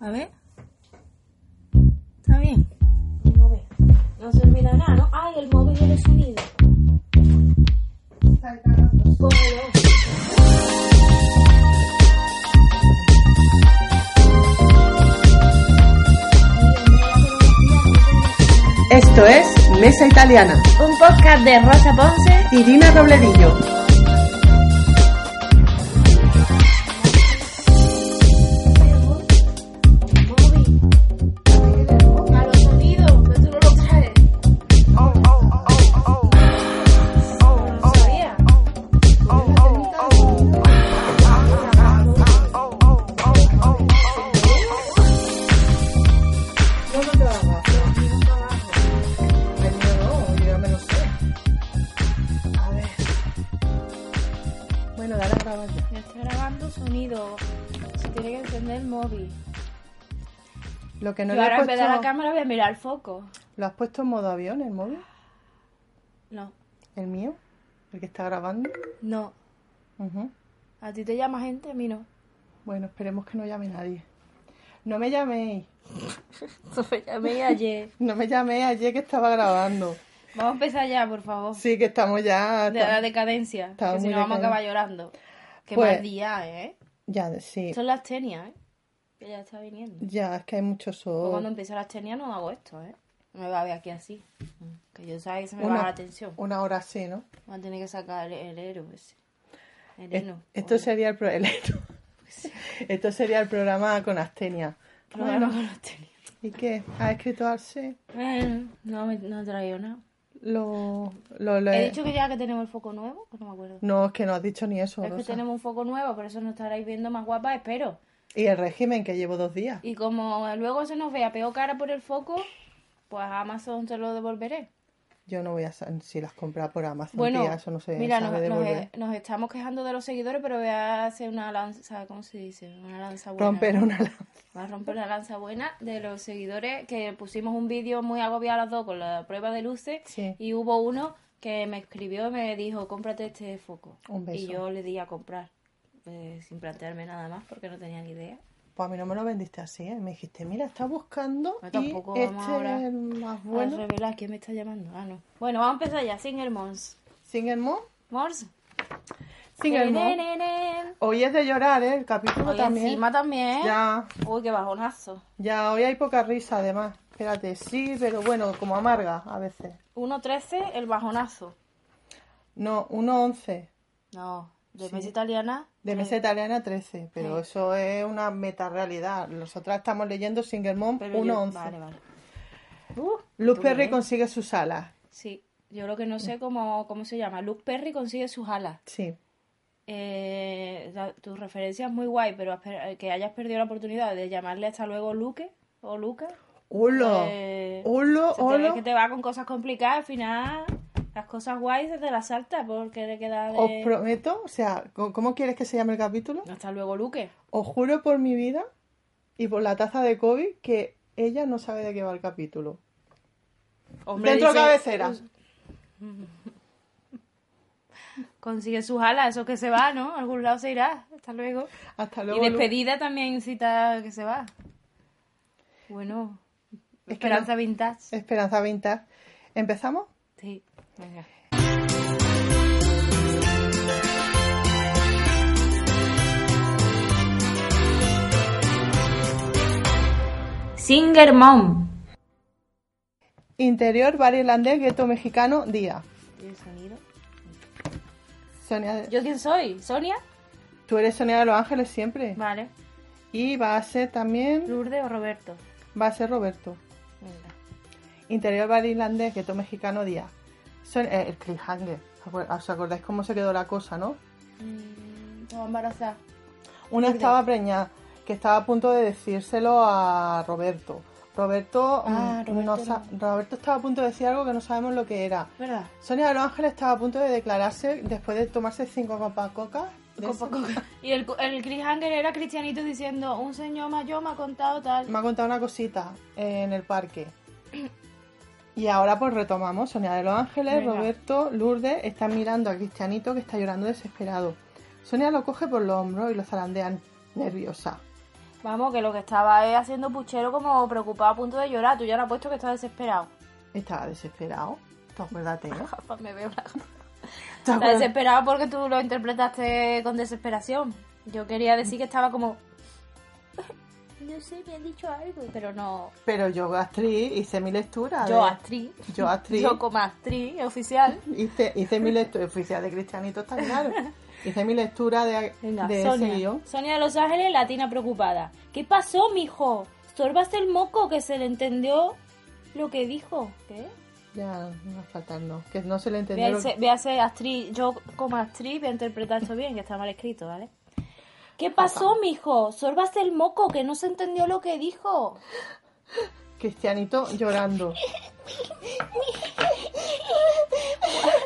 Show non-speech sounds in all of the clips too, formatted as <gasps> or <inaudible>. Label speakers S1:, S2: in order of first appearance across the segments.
S1: A ver. Está bien.
S2: Vamos a ver. No se olvida nada, ¿no? Ay, el móvil de sonido. Cógelo.
S3: Esto es Mesa Italiana.
S1: Un podcast de Rosa Ponce.
S3: Irina Robledillo.
S2: A los sonidos, que tú no lo sabes. No lo sabía.
S3: Bueno, dale a grabar ya.
S1: Me está grabando sonido. Se tiene que encender el móvil.
S3: Lo que no
S1: Y
S3: le he
S1: ahora en vez de la
S3: puesto...
S1: cámara voy a mirar el foco.
S3: ¿Lo has puesto en modo avión, el móvil?
S1: No,
S3: ¿El mío? ¿El que está grabando?
S1: no.
S3: Ujú.
S1: A ti te llama gente, a mí <laughs> no.
S3: Bueno, esperemos que no llame nadie. No me llaméis.
S1: Me llamé ayer.
S3: No me llaméis ayer que estaba grabando.
S1: Vamos a empezar ya, por favor.
S3: Sí, que estamos ya...
S1: De la decadencia.
S3: Estaba
S1: que si
S3: muy
S1: no vamos a
S3: decaída.
S1: acabar llorando. Que
S3: Pues-
S1: mal día, ¿eh?
S3: Ya, sí.
S1: Son las tenias, ¿eh? Que ya está viniendo.
S3: Ya, es que hay mucho
S1: Yo
S3: sol.
S1: cuando empiezo las tenias no hago esto, ¿eh? No Me va a ver aquí así. Que yo sabía que se me
S3: Una-
S1: va la atención.
S3: Una hora así, ¿no?
S1: Va a tener que sacar el, el héroe ese. El
S3: Es-
S1: heno.
S3: Esto sería el, pro- el heno.
S1: Pues
S3: <laughs> Esto sería el programa con astenia.
S1: Programa con las tenias.
S3: ¿Y qué? ¿Has escrito Arce?
S1: Eh, No, me- no he traído nada.
S3: Lo, lo, lo-
S1: He dicho que ya que tenemos el foco nuevo, que no me acuerdo.
S3: No, es que no has dicho ni eso,
S1: Es que
S3: Rosa.
S1: tenemos un foco nuevo, por eso nos estaréis viendo más guapas, espero.
S3: Y el régimen que llevo dos días.
S1: Y como luego se nos vea peor cara por el foco, pues a Amazon se lo devolveré.
S3: Yo no voy a saber si las compras por Amazon,
S1: Bueno,
S3: tía, eso no se
S1: mira,
S3: sabe
S1: nos, nos-
S3: devolver.
S1: nos estamos quejando de los seguidores, pero voy a hacer una lanza, ¿cómo se dice? Una lanza buena.
S3: Romper una lanza.
S1: Va a romper la lanza buena de los seguidores que pusimos un vídeo muy agobiado las dos con la prueba de luces
S3: Sí.
S1: y hubo uno que me escribió y me dijo, cómprate este foco.
S3: Un beso.
S1: Y yo le di a comprar, eh, sin plantearme nada más porque no tenía ni idea.
S3: Pues a mí no me lo vendiste así, ¿eh? Me dijiste, mira, estás buscando
S1: Yo
S3: y
S1: tampoco,
S3: este
S1: vamos ahora
S3: es el más
S1: Bueno.
S3: bueno.
S1: revelar quién me está llamando. Ah, no. Bueno, vamos a empezar ya. Singer Mons.
S3: Singer Moon.
S1: Mons.
S3: Singer Moon.
S1: Nenenen.
S3: Hoy es de llorar, ¿eh? El capítulo
S1: Hoy
S3: también.
S1: encima ¿eh? también.
S3: Ya,
S1: Uy, qué bajonazo.
S3: ya, hoy hay poca risa además. Espérate, sí, pero bueno, como amarga a veces.
S1: 1.13, el bajonazo.
S3: No, 1.11.
S1: No, de
S3: Sí.
S1: mesa italiana. eh,
S3: De mesa italiana 13, pero
S1: Sí.
S3: eso es una meta realidad. Nosotras estamos leyendo Singer Mom
S1: Pero yo-
S3: 1.11.
S1: Vale, vale.
S3: Luz
S1: Tú,
S3: Uh, Perry
S1: ¿eh?
S3: consigue sus alas.
S1: Sí, yo lo que no sé cómo, cómo se llama. Luke Perry consigue sus alas.
S3: Sí.
S1: Eh, la- tu referencia es muy guay, pero esper- que hayas perdido la oportunidad de llamarle hasta luego Luke o Luca.
S3: Holo,
S1: Eh,
S3: holo,
S1: se te ve
S3: holo.
S1: que te va con cosas complicadas, al final las cosas guays se te las salta porque le queda de...
S3: Os prometo, o sea, co- ¿cómo quieres que se llame el capítulo?
S1: Hasta luego Luque.
S3: Os juro por mi vida y por la taza de Kobe que ella no sabe de qué va el capítulo.
S1: Hombre,
S3: Dentro
S1: dice, pues,
S3: cabecera.
S1: Consigue sus alas, eso que se va, ¿no? A algún lado se irá. Hasta luego.
S3: Hasta luego.
S1: y
S3: Luz.
S1: despedida también incita a que se va. Bueno,
S3: que
S1: esperanza vintage.
S3: Esperanza Vintage. ¿Empezamos?
S1: Sí, venga. Singer Mom.
S3: Interior, bar irlandés, gueto mexicano, día.
S1: ¿Y el sonido?
S3: Sonia, de-
S1: ¿Yo quién soy? ¿Sonia?
S3: tú eres Sonia de Los Ángeles siempre.
S1: Vale.
S3: Y va a ser también,
S1: ¿Lourdes o Roberto?
S3: va a ser Roberto.
S1: Venga.
S3: Interior bar irlandés, gueto mexicano, día. Son, eh, el cliffhanger. Acu- ¿Os acordáis cómo se quedó la cosa, no?
S1: Mm, Estaba embarazada.
S3: Una
S1: Lourdes.
S3: estaba preñada, que estaba a punto de decírselo a Roberto. Roberto,
S1: Ah,
S3: mm, no
S1: Roberto
S3: sa- Roberto estaba a punto de decir algo que no sabemos lo que era.
S1: ¿Verdad?
S3: Sonia de Los Ángeles estaba a punto de declararse después de tomarse cinco copas coca. de
S1: Copa
S3: esas.
S1: Coca. Y el, el Hanger era cristianito diciendo, un señor mayor me ha contado tal.
S3: Me ha contado una cosita eh, en el parque. Y ahora pues retomamos. Sonia de Los Ángeles,
S1: Venga.
S3: Roberto, Lourdes están mirando a Cristianito que está llorando desesperado. Sonia lo coge por los hombros y lo zarandean nerviosa.
S1: Vamos, que lo que estaba es haciendo puchero como preocupado a punto de llorar. Tú ya le has puesto que está desesperado.
S3: Estaba desesperado. Tú acuérdate, ¿no?
S1: Rafa, Pues me veo la-
S3: ¿Te
S1: Está
S3: acuerdas?
S1: desesperado porque tú lo interpretaste con desesperación. Yo quería decir que estaba como... <laughs> No sé, me han dicho algo, pero no...
S3: Pero yo, actriz, hice mi lectura.
S1: Yo
S3: de-
S1: actriz.
S3: Yo, actriz.
S1: Yo como actriz oficial.
S3: Hice, hice mi lectura. Oficial de Cristianito
S1: <laughs>
S3: está claro. Hice mi lectura de,
S1: Venga,
S3: de ese
S1: Sonia.
S3: guión.
S1: Sonia de Los Ángeles, latina preocupada. ¿Qué pasó, mijo? Sorbaste el moco que se le entendió lo que dijo. ¿Qué?
S3: Ya, no faltan, no. Que no se
S1: Voy
S3: le
S1: a,
S3: entendió. lo
S1: hacer- voy a hacer actriz, yo como actriz voy a interpretar esto bien, que está mal escrito, ¿vale? ¿Qué pasó, mijo? Sorbaste el moco que no se entendió lo que dijo.
S3: Cristianito llorando.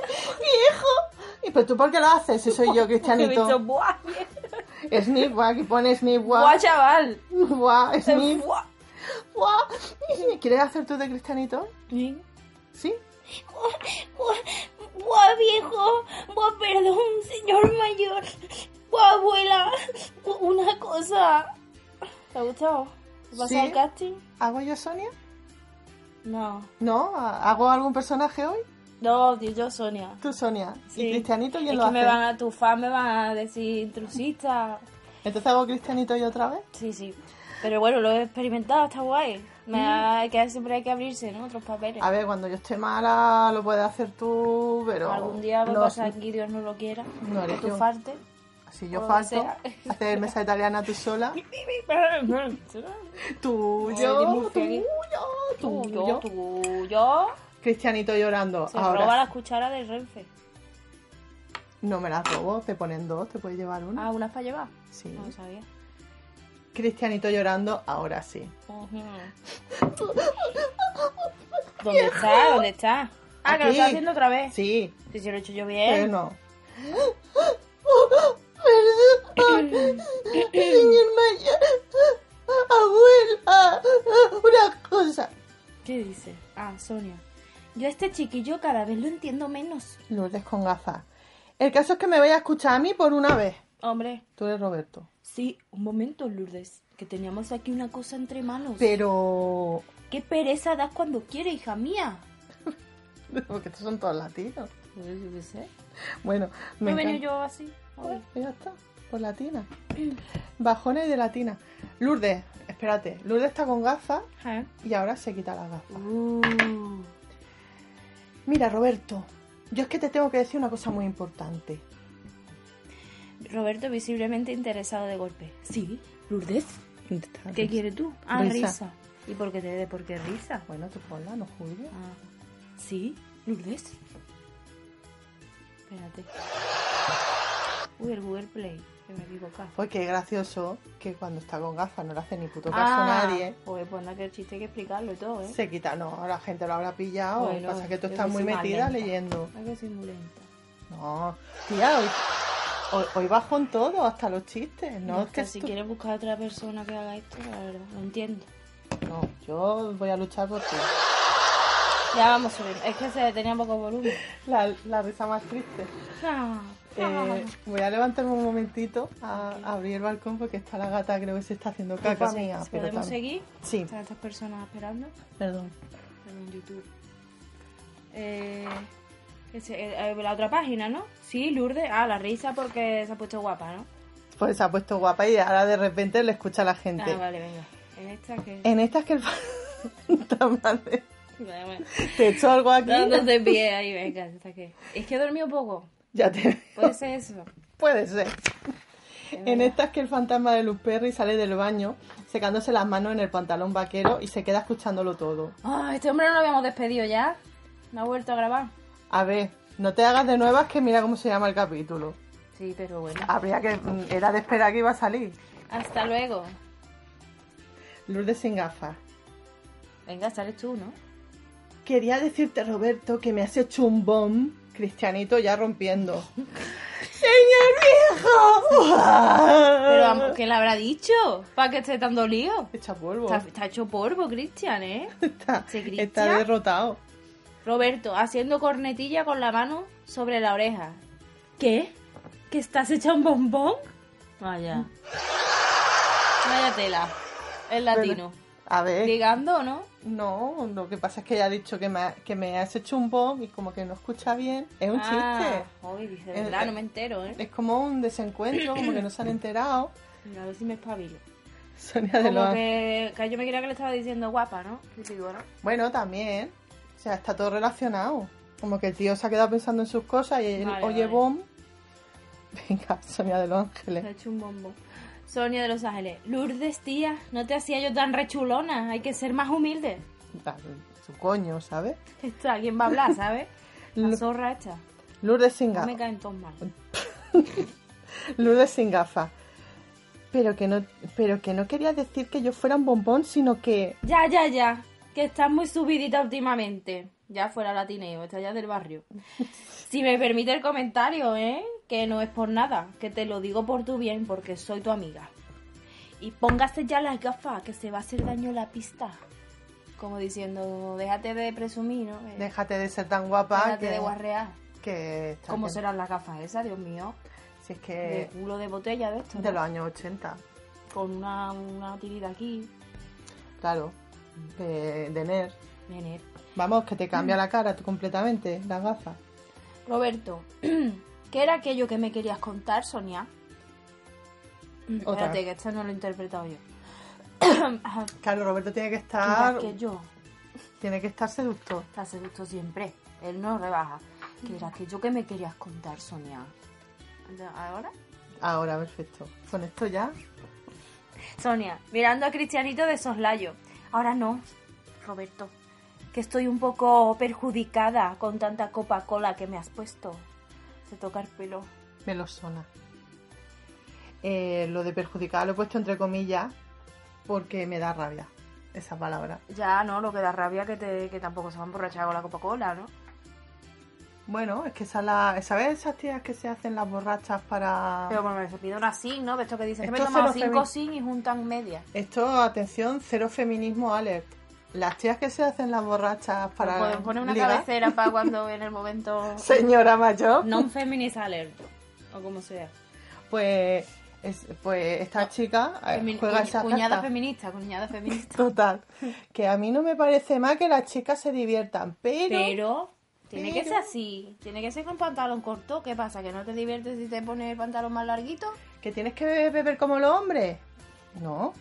S3: ¡Viejo! ¿Y pues tú por qué lo haces? Si
S1: <laughs>
S3: soy yo,
S1: He visto,
S3: Cristianito.
S1: ¡buah!
S3: Snip, guau, aquí pone Snip,
S1: ¡Buah,
S3: guau.
S1: chaval!
S3: Guau, Snip,
S1: ¡Buah!
S3: guau. ¿Quieres hacer tú de Cristianito? ¿Sí?
S1: ¡Buah, buah, viejo! ¡Buah, perdón, señor mayor! ¡Buah, abuela! Bu- Una cosa. ¿Te ha gustado? ¿Te pasa
S3: Sí.
S1: el casting?
S3: ¿Hago yo, Sonia?
S1: No.
S3: ¿No? ¿Hago algún personaje hoy?
S1: No, tío, yo, Sonia.
S3: Tú, Sonia.
S1: Sí.
S3: ¿Y Cristianito quién
S1: es
S3: lo
S1: que
S3: hace?
S1: me van a, tus fans me van a decir intrusista.
S3: ¿Entonces hago Cristianito yo otra vez?
S1: Sí, sí. Pero bueno, lo he experimentado, está guay. Me ha- hay que, siempre hay que abrirse, ¿no? Otros papeles.
S3: Mm. A ver, cuando yo esté mala lo puedes hacer tú, pero...
S1: Algún día va a
S3: no,
S1: pasar aquí, Dios no lo quiera.
S3: No haré
S1: tu
S3: yo. <laughs>
S1: parte.
S3: Si yo
S1: o lo que
S3: falto,
S1: sea. <laughs>
S3: hacer mesa italiana tú sola.
S1: Oye,
S3: Tuyo,
S1: muy feliz.
S3: tuyo,
S1: Tuyo,
S3: tuyo.
S1: tuyo.
S3: Cristianito llorando.
S1: Se
S3: Ahora,
S1: roba la cuchara del Renfe.
S3: no me las robo, te ponen dos, te puedes llevar una.
S1: Ah, unas para llevar.
S3: sí.
S1: No lo sabía.
S3: Cristianito llorando, ahora sí.
S1: <laughs> ¿Dónde está? ¿Dónde está? Ah, que lo
S3: Aquí.
S1: está haciendo otra vez.
S3: Sí,
S1: Sí, sí, lo he hecho yo
S3: pero
S1: bien.
S3: no. Perdón, señor Maya. Abuela, una cosa.
S1: ¿Qué dice? Ah, Sonia. Yo a este chiquillo cada vez lo entiendo menos.
S3: Lourdes con gafas. El caso es que me vaya a escuchar a mí por una vez.
S1: Hombre,
S3: Tú eres Roberto.
S1: Sí, un momento, Lourdes, que teníamos aquí una cosa entre manos.
S3: Pero...
S1: ¡Qué pereza das cuando quiere, hija mía!
S3: <laughs> Porque estos son todos latinos.
S1: Pues, Yo qué sé.
S3: Bueno,
S1: Me
S3: me
S1: he venido
S3: encanta.
S1: yo así. hoy.
S3: Pues ya está,
S1: <clears throat>
S3: por latina. Bajona y de latina. Lourdes, espérate. Lourdes está con gafas
S1: Ajá.
S3: y ahora se quita las gafas.
S1: Uh,
S3: Mira, Roberto, yo es que te tengo que decir una cosa muy importante.
S1: Roberto visiblemente interesado de golpe. Sí, Lourdes. ¿Qué quieres tú? Ah,
S3: Risa.
S1: risa. ¿Y por qué te de por qué risa?
S3: Bueno, tú ponla, no juzgues.
S1: Ah, sí, Lourdes. Espérate. Uy, el Google Play, que me he equivocado.
S3: Pues qué gracioso que cuando está con gafas no le hace ni puto caso
S1: Ah,
S3: a ¿eh? nadie.
S1: Pues pues anda que el chiste hay que explicarlo y todo, ¿eh?
S3: Se quita, no, la gente lo habrá pillado.
S1: Bueno,
S3: pasa que tú
S1: yo
S3: estás
S1: que
S3: muy
S1: soy más
S3: metida
S1: lenta.
S3: leyendo.
S1: Hay que soy muy lenta.
S3: No, tía, hoy, hoy, hoy bajo en todo, hasta los chistes. No, es que
S1: si
S3: tú-
S1: quieres buscar a otra persona que haga esto, la verdad, lo entiendo.
S3: No, yo voy a luchar por ti.
S1: Ya vamos a subir. Es que se tenía poco volumen.
S3: La, la risa más triste.
S1: Ah, ah.
S3: Eh, voy a levantarme un momentito a, a abrir el balcón porque está la gata, creo que se está haciendo caca
S1: Entonces,
S3: mía. pero
S1: ¿Podemos
S3: tam-
S1: seguir?
S3: Sí,
S1: Están estas personas esperando
S3: perdón.
S1: en YouTube. Eh, ese- eh, eh, la otra página, ¿no? Sí, Lourdes. Ah, la risa porque se ha puesto guapa, ¿no?
S3: Pues se ha puesto guapa y ahora de repente le escucha a la gente. Eh.
S1: Ah, vale, venga. En esta que...
S3: En estas que el <laughs> Puta madre,
S1: Vale, vale.
S3: Te echo algo aquí.
S1: Dándote pie ahí, venga. Esta que... Es que he dormido poco.
S3: Ya te.
S1: Puede ser eso.
S3: Puede ser. En este- estas que el fantasma de Luz Perry sale del baño secándose las manos en el pantalón vaquero y se queda escuchándolo todo.
S1: Ah, este hombre no lo habíamos despedido ya. No ha vuelto a grabar.
S3: A ver, no te hagas de nuevas que mira cómo se llama el capítulo.
S1: Sí, pero bueno.
S3: Habría que. mm, Era de esperar que iba a salir.
S1: Hasta luego.
S3: Lourdes sin gafas.
S1: Venga, sales tú, ¿no?
S3: Quería decirte, Roberto, que me has hecho un bomb. Cristianito ya rompiendo. <laughs>
S1: Pero
S3: ¡Señor
S1: vamos,
S3: <laughs> viejo!
S1: ¿qué le habrá dicho? Para que esté tan dolido.
S3: Echa polvo.
S1: Está, está hecho polvo, Cristian, ¿eh?
S3: <laughs> Está,
S1: ¿Se grita?
S3: está derrotado.
S1: Roberto, haciendo cornetilla con la mano sobre la oreja. Mm. ¿Qué? ¿Que estás hecha un bombón? Vaya. Ah, Vaya tela. Es latino.
S3: A
S1: eh.
S3: ver.
S1: Ligando, ¿no?
S3: No, lo que pasa es que ella ha dicho que me, ha- que me has hecho un bomb y como que no escucha bien. Es un
S1: Ah, Uy, dice, de
S3: Es-
S1: verdad, no me entero, ¿eh?
S3: chiste. Es como un desencuentro, como que no se
S1: <clears throat>
S3: han enterado.
S1: Mira, a ver si me espabilo.
S3: Sonia de
S1: Como
S3: los
S1: que, que yo me creía que le estaba diciendo guapa, ¿no? Y digo, ¿no?
S3: Bueno, también. O sea, está todo relacionado. Como que el tío se ha quedado pensando en sus cosas y él
S1: Vale,
S3: oye
S1: vale.
S3: bomb. <laughs> Venga, Sonia de los
S1: Se ha
S3: Ángeles.
S1: hecho un bombo. Sonia de Los Ángeles. Lourdes, tía, no te hacía yo tan rechulona. Hay que ser más humilde. <laughs>
S3: Da- Su coño, ¿sabes?
S1: Esta, ¿quién va a hablar, <laughs> sabes? La
S3: Lu-
S1: zorra esta.
S3: Lourdes sin
S1: No me
S3: gafas.
S1: caen todos mal.
S3: Lourdes sin gafas. Pero que no, pero que no quería decir que yo fuera un bombón, sino que.
S1: Ya, ya, ya. Que estás muy subidita últimamente. Ya fuera latineo, está ya del barrio. Si me permite el comentario, ¿eh? Que no es por nada, que te lo digo por tu bien, porque soy tu amiga. Y póngase ya las gafas, que se va a hacer daño la pista. Como diciendo, déjate de presumir, ¿no? Eh,
S3: Déjate de ser tan guapa.
S1: déjate
S3: que,
S1: de guarrear.
S3: que está
S1: ¿Cómo
S3: bien.
S1: serán las gafas esas, Dios mío?
S3: Si es
S1: De
S3: que.
S1: culo de botella de esto.
S3: De
S1: ¿no?
S3: los años 80.
S1: Con una, una tirita aquí.
S3: Claro.
S1: Mm.
S3: De, de Ner.
S1: Venir.
S3: Vamos, que te
S1: Mm.
S3: cambia la cara tú completamente, las gafas.
S1: Roberto, <clears throat> ¿qué era aquello que me querías contar, Sonia? Mm,
S3: Otra.
S1: Espérate, que esto no lo he interpretado yo.
S3: Claro, Roberto tiene que estar.
S1: Quizás que yo,
S3: Tiene que estar seductor.
S1: está seducto siempre, él no rebaja. ¿Qué era aquello que me querías contar, Sonia? ¿Ahora?
S3: Ahora, perfecto. Con esto ya.
S1: Sonia, mirando a Cristianito de soslayo. Ahora no, Roberto, que estoy un poco perjudicada con tanta Coca-Cola que me has puesto. Se toca el pelo.
S3: Me lo sona. Eh, lo de perjudicar lo he puesto entre comillas porque me da rabia esa palabra.
S1: Ya, no, lo que da rabia que, te, que tampoco se va a emborrachar con la Coca-Cola, ¿no?
S3: Bueno, es que esa la, ¿sabes esas tías que se hacen las borrachas para...
S1: Pero bueno, se pide una sin, ¿no? De esto que dicen, que me he
S3: Esto
S1: tomado
S3: se lo
S1: cinco
S3: femi-
S1: sin y juntan media.
S3: Esto, atención, cero feminismo alert. Las tías que se hacen las borrachas para...
S1: Para poner Pues una
S3: ligar.
S1: cabecera para cuando <laughs> en el momento...
S3: Señora mayor.
S1: Non-feminist alert, o como sea.
S3: Pues, es- pues esta chica eh,
S1: Femi-
S3: juega
S1: cuñ-
S3: esa
S1: cuñada
S3: carta.
S1: feminista, cuñada
S3: <laughs>
S1: feminista.
S3: Total. Que a mí no me parece mal que las chicas se diviertan,
S1: Pero... Tiene que ser
S3: Pero-
S1: así, tiene que ser con pantalón corto. ¿Qué pasa? ¿Que no te diviertes si te pones el pantalón más larguito?
S3: ¿Que tienes que be- beber como los hombres? No.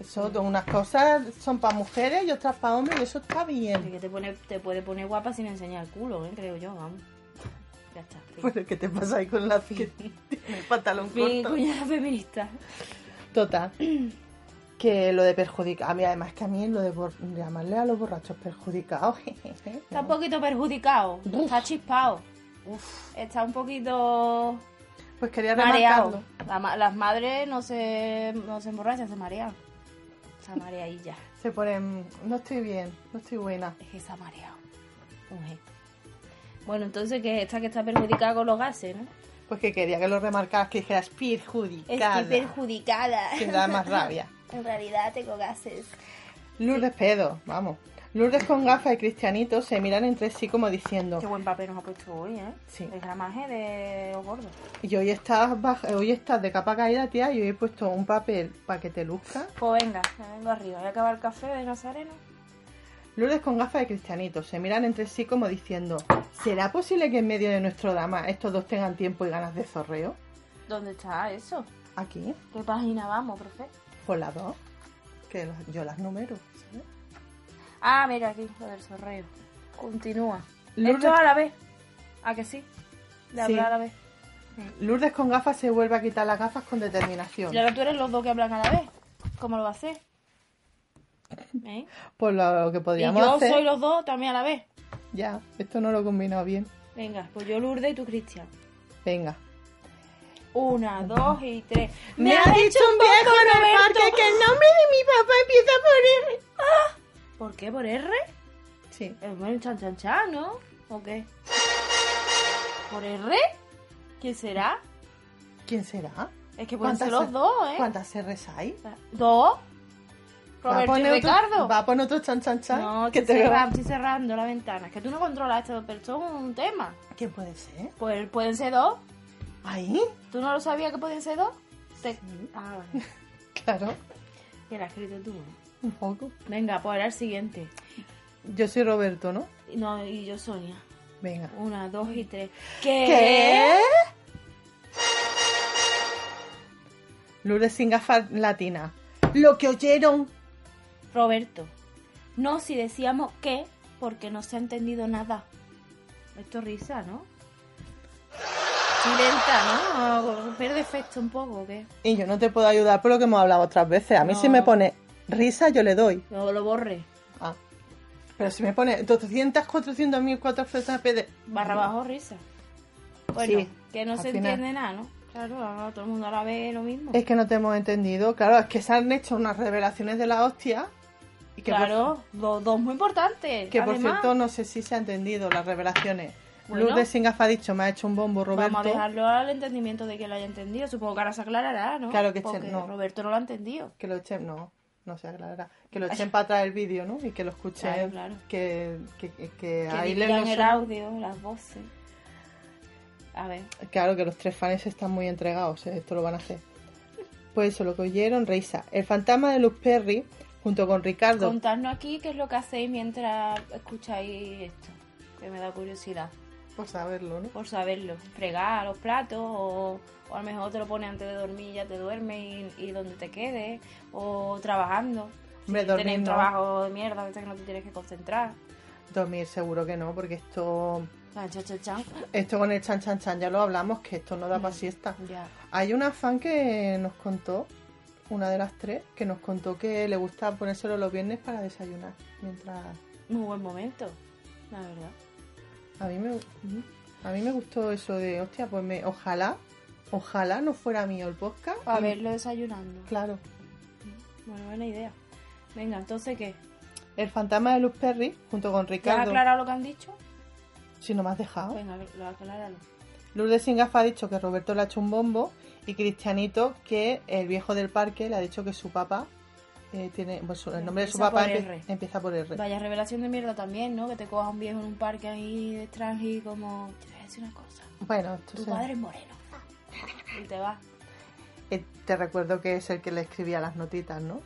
S3: Eso, to- unas cosas son para mujeres y otras para hombres y eso está
S1: Es
S3: bien.
S1: que te, pone, te puede poner guapa sin enseñar el culo, ¿eh? creo yo, vamos. Ya está. fin.
S3: Bueno, ¿qué te pasa ahí con la fi- el <laughs> pantalón
S1: Fin,
S3: Pues corto?
S1: cuñada feminista.
S3: Total. <clears throat> Que lo de perjudicar. A mí, además, que a mí lo de bor- llamarle a los borrachos perjudicados. <laughs> jejeje,
S1: Está
S3: no.
S1: un poquito perjudicado,
S3: Uf.
S1: está chispado,
S3: Uf.
S1: está un poquito
S3: Pues quería
S1: mareado.
S3: remarcarlo.
S1: La ma- las madres no se, no se emborrachan, se marean. Está mareadilla,
S3: Se ponen. No estoy bien, no estoy buena.
S1: es que está mareado. Ujú. Bueno, entonces que esta que está perjudicada con los gases, ¿no?
S3: Pues que quería que lo remarcaras, que dijeras perjudicada.
S1: Estoy perjudicada.
S3: Que da más rabia.
S1: En realidad tengo gases.
S3: Lourdes pedo, vamos. Lourdes con gafas y Cristianito se miran entre sí como diciendo,
S1: Qué buen papel nos ha puesto hoy, ¿eh?
S3: Sí.
S1: El gramaje de los gordos.
S3: y hoy estás, baj- hoy estás de capa caída, tía, y hoy he puesto un papel para que te luzca.
S1: Pues venga, me vengo arriba. Voy a acabar el café de Nazareno.
S3: Lourdes con gafas y Cristianito se miran entre sí como diciendo, ¿será posible que en medio de nuestro drama estos dos tengan tiempo y ganas de zorreo?
S1: ¿Dónde está eso?
S3: Aquí,
S1: ¿Qué página vamos, profe?
S3: por las dos, que las- yo las número, ¿sabes?
S1: Ah, mira aquí, lo del sorreo. Continúa.
S3: Lourdes-
S1: Esto a la vez. ¿A que sí? De
S3: Sí.
S1: hablar a la vez.
S3: Lourdes con gafas se vuelve a quitar las gafas con determinación.
S1: Y ahora tú eres los dos que hablan a la vez. ¿Cómo lo vas a hacer? ¿Eh?
S3: Por lo que
S1: Y
S3: podríamos
S1: yo
S3: hacer...
S1: soy los dos también a la vez.
S3: Ya, esto no lo he combinado bien.
S1: Venga, pues yo Lourdes y tú Cristian.
S3: Venga.
S1: Una, dos y tres.
S3: Me ha dicho un viejo en el
S1: Roberto. Ah,
S3: parque que el nombre de mi papá empieza por R.
S1: ¿Por qué? ¿Por R?
S3: Sí.
S1: Es bueno, chan chan chan, ¿no? ¿O qué? ¿Por R? ¿Quién será?
S3: ¿Quién será?
S1: Es que pueden
S3: ¿Cuántas
S1: ser los
S3: se-
S1: dos, ¿eh?
S3: ¿Cuántas R's hay?
S1: ¿Dos?
S3: Va a
S1: Roberto y
S3: poner otro-
S1: Ricardo.
S3: Va a poner otro chan chan chan.
S1: No,
S3: que
S1: estoy,
S3: te veo.
S1: cerrando, estoy cerrando la ventana. Es que tú no controlas esto, pero esto es un tema.
S3: ¿Quién puede ser?
S1: Pues pueden ser dos.
S3: ¿Ahí?
S1: ¿Tú no lo sabías que podían ser dos? Te- Ah, vale.
S3: Claro.
S1: Que la has escrito tú.
S3: Un poco.
S1: Venga, pues ahora el siguiente.
S3: Yo soy Roberto, ¿no?
S1: No, y yo Sonia.
S3: Venga.
S1: Una, dos y tres. ¿Qué?
S3: ¿Qué? Lourdes sin gafas latina. Lo que oyeron.
S1: Roberto. No, si decíamos que, porque no se ha entendido nada. Esto es risa, ¿no? Lenta, ¿no? Pierde efecto un poco, ¿o ¿qué?
S3: Y yo no te puedo ayudar por lo que hemos hablado otras veces. A mí
S1: No.
S3: si me pone risa, yo le doy.
S1: No lo borre.
S3: Ah. Pero si me pone 200, 400, 1400 FTP de...
S1: Barra abajo, risa. Bueno,
S3: Sí,
S1: que no
S3: al
S1: se
S3: final.
S1: entiende nada, ¿no? Claro, ahora todo el mundo ahora ve lo mismo.
S3: Es que no te hemos entendido. Claro, es que se han hecho unas revelaciones de la hostia. Y que por-
S1: claro, do- dos muy importantes.
S3: Que por
S1: Además,
S3: cierto, no sé si se ha entendido las revelaciones.
S1: Bueno.
S3: Lourdes sin gafas ha dicho, me ha hecho un bombo Roberto.
S1: Vamos a dejarlo al entendimiento de que lo haya entendido. Supongo que ahora se aclarará, ¿no?
S3: Claro que
S1: Porque
S3: se- no.
S1: Roberto no lo ha entendido.
S3: Que lo echen, no, no se aclarará. Que lo echen para atrás el vídeo, ¿no? Y que lo escuchen.
S1: Claro, claro.
S3: Que, que, que- que
S1: Que
S3: ahí le
S1: dividan
S3: no
S1: el
S3: sé-
S1: audio, las voces. A ver,
S3: Claro, que los tres fans están muy entregados, eh, esto lo van a hacer. Pues eso, lo que oyeron, risa. El fantasma de Luz Perry, junto con Ricardo,
S1: contadnos aquí qué es lo que hacéis mientras escucháis esto. Que me da curiosidad
S3: por saberlo, ¿no?
S1: por saberlo. Fregar los platos o, o a lo mejor te lo pones antes de dormir y ya te duermes y, y donde te quedes. O trabajando.
S3: Hombre,
S1: si
S3: dormir
S1: tenés un
S3: no.
S1: trabajo de mierda, a veces que no te tienes que concentrar.
S3: Dormir seguro que no, porque esto,
S1: Chan, chan, chan, chan.
S3: esto con el chan chan chan ya lo hablamos, que esto no da
S1: Mm.
S3: para siesta.
S1: Ya.
S3: Hay una fan que nos contó, una de las tres, que nos contó que le gusta ponérselo los viernes para desayunar. Mientras
S1: Muy buen momento, la verdad.
S3: a mí me, a mí me gustó eso de, hostia, pues me, ojalá, ojalá no fuera mío el podcast.
S1: A
S3: Y-
S1: verlo desayunando.
S3: Claro.
S1: Bueno, buena idea. Venga, entonces, ¿qué?
S3: El fantasma de Luz Perry, junto con
S1: ¿Ya has
S3: Ricardo.
S1: aclarado lo que han dicho?
S3: Si no me has dejado.
S1: Venga, lo acláralo.
S3: Lourdes sin gafas ha dicho que Roberto le ha hecho un bombo y Cristianito que el viejo del parque le ha dicho que su papá eh, tiene pues, su- el nombre de su
S1: Empieza
S3: papá
S1: por
S3: empie-
S1: R.
S3: empieza por R.
S1: Vaya revelación de mierda también, ¿no? Que te coja un viejo en un parque ahí de traje y como... Te voy a decir una cosa.
S3: Bueno, esto
S1: Tu
S3: se-
S1: padre es moreno. Y te va.
S3: eh, te recuerdo que es el que le escribía las notitas, ¿no?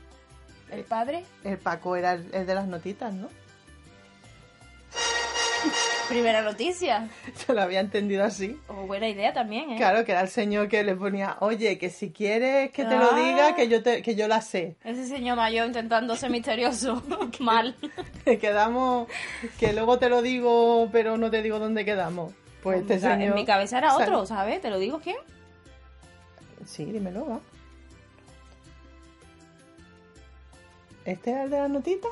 S1: El padre,
S3: El Paco era el, el de las notitas, ¿no? <laughs>
S1: primera noticia.
S3: Se lo había entendido así.
S1: O buena idea también, ¿eh?
S3: Claro, que era el señor que le ponía, oye, que si quieres que te lo
S1: Ah.
S3: diga, que yo, te, que yo la sé. <laughs>
S1: Ese señor mayor intentándose misterioso. <laughs> Mal.
S3: quedamos, que luego te lo digo, pero no te digo dónde quedamos. Pues este
S1: En mi ca-
S3: señor...
S1: En mi cabeza era
S3: sal-
S1: otro, ¿sabes? ¿Te lo digo quién?
S3: Sí, dímelo, va. ¿Este es el de las notitas?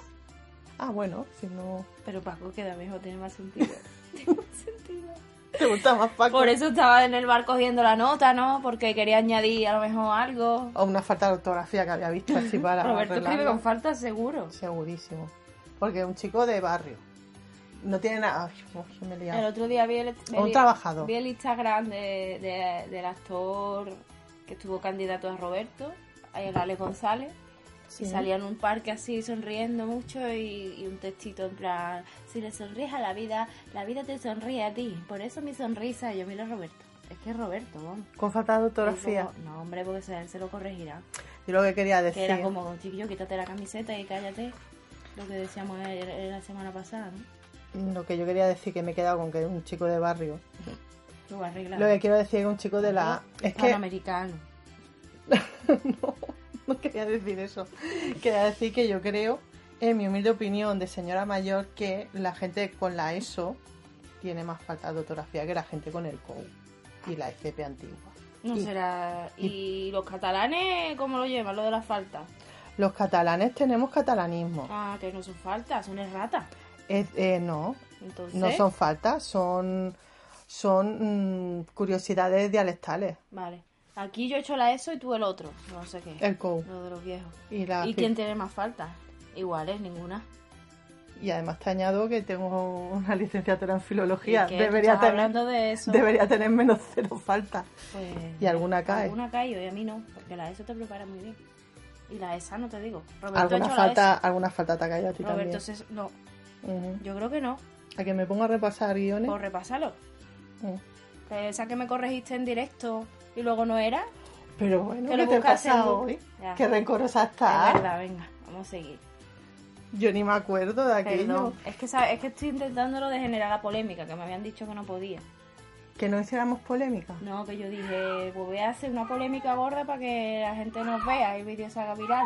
S3: Ah, bueno, si no...
S1: Pero Paco queda mejor, tiene más
S3: <laughs>
S1: sentido. tiene más sentido.
S3: Te gusta más Paco.
S1: Por eso estaba en el bar cogiendo la nota, ¿no? Porque quería añadir a lo mejor algo.
S3: O una falta de ortografía que había visto así
S1: <laughs>
S3: para
S1: Roberto escribe
S3: arreglarla.
S1: con falta seguro.
S3: Segurísimo. Porque es un chico de barrio. No tiene nada. Ay, uy, me he liado.
S1: El otro día vi el,
S3: O un
S1: vi-
S3: trabajador.
S1: vi el Instagram de- de- del actor que estuvo candidato a Roberto, a el Alex González.
S3: Sí.
S1: Y salía en un parque así sonriendo mucho y, y un textito en plan, si le sonríes a la vida, la vida te sonríe a ti. Por eso mi sonrisa, yo miro a Roberto. Es que es Roberto, vamos.
S3: Con falta de ortografía.
S1: Como- No, hombre, porque se, se lo corregirá.
S3: Yo lo que quería
S1: Que
S3: decir.
S1: era como, chiquillo, quítate la camiseta y cállate. Lo que decíamos el- el- la semana pasada, ¿no?
S3: Lo que yo quería decir que me he quedado con que es un chico de barrio.
S1: Lo arregla.
S3: Lo que quiero decir es un chico de la. Es que.
S1: Panamericano.
S3: no, no <laughs> quería decir eso. Quería decir que yo creo, en mi humilde opinión de señora mayor, que la gente con la ESO tiene más falta de ortografía que la gente con el COU y la FP antigua.
S1: No
S3: Y-
S1: será. ¿Y los catalanes cómo lo llevan? Lo de las faltas.
S3: Los catalanes tenemos catalanismo.
S1: Ah, que no son faltas, son erratas.
S3: Es- eh, no,
S1: Entonces.
S3: no son faltas, son, son mm, curiosidades dialectales.
S1: Vale. Aquí yo he hecho la ESO y tú el otro. No sé qué.
S3: El COU.
S1: Lo de los viejos.
S3: Y, la
S1: ¿Y
S3: fi-
S1: quién tiene más faltas? Iguales, ninguna.
S3: y además te añado que tengo una licenciatura en
S1: ¿Y
S3: filología.
S1: qué?
S3: Debería
S1: ¿Estás
S3: tener,
S1: hablando de eso.
S3: debería tener menos <laughs> cero faltas.
S1: Pues,
S3: Y alguna cae.
S1: Alguna cae y a mí no, porque la ESO te prepara muy bien. Y la ESA no te digo. Roberto ha
S3: Alguna
S1: hecho
S3: falta,
S1: la
S3: alguna falta te ha caído a ti
S1: ESO. Roberto,
S3: también.
S1: se- no,
S3: Ujú.
S1: yo creo que no.
S3: A que me pongo a repasar guiones.
S1: Pues repásalo.
S3: Mm.
S1: Que Esa que me corregiste en directo y luego no era.
S3: Pero bueno,
S1: Que
S3: ¿qué
S1: lo
S3: te
S1: buscas en
S3: pasa
S1: Google.
S3: hoy?
S1: Ya.
S3: Qué rencorosa
S1: Es
S3: estás.
S1: verdad, venga, vamos a seguir.
S3: Yo ni me acuerdo de aquello.
S1: Perdón. Es que, ¿sabes? es que estoy intentándolo de generar la polémica, que me habían dicho que no podía.
S3: Que no hiciéramos polémica.
S1: No, que yo dije, pues voy a hacer una polémica gorda para que la gente nos vea y el vídeo se haga viral.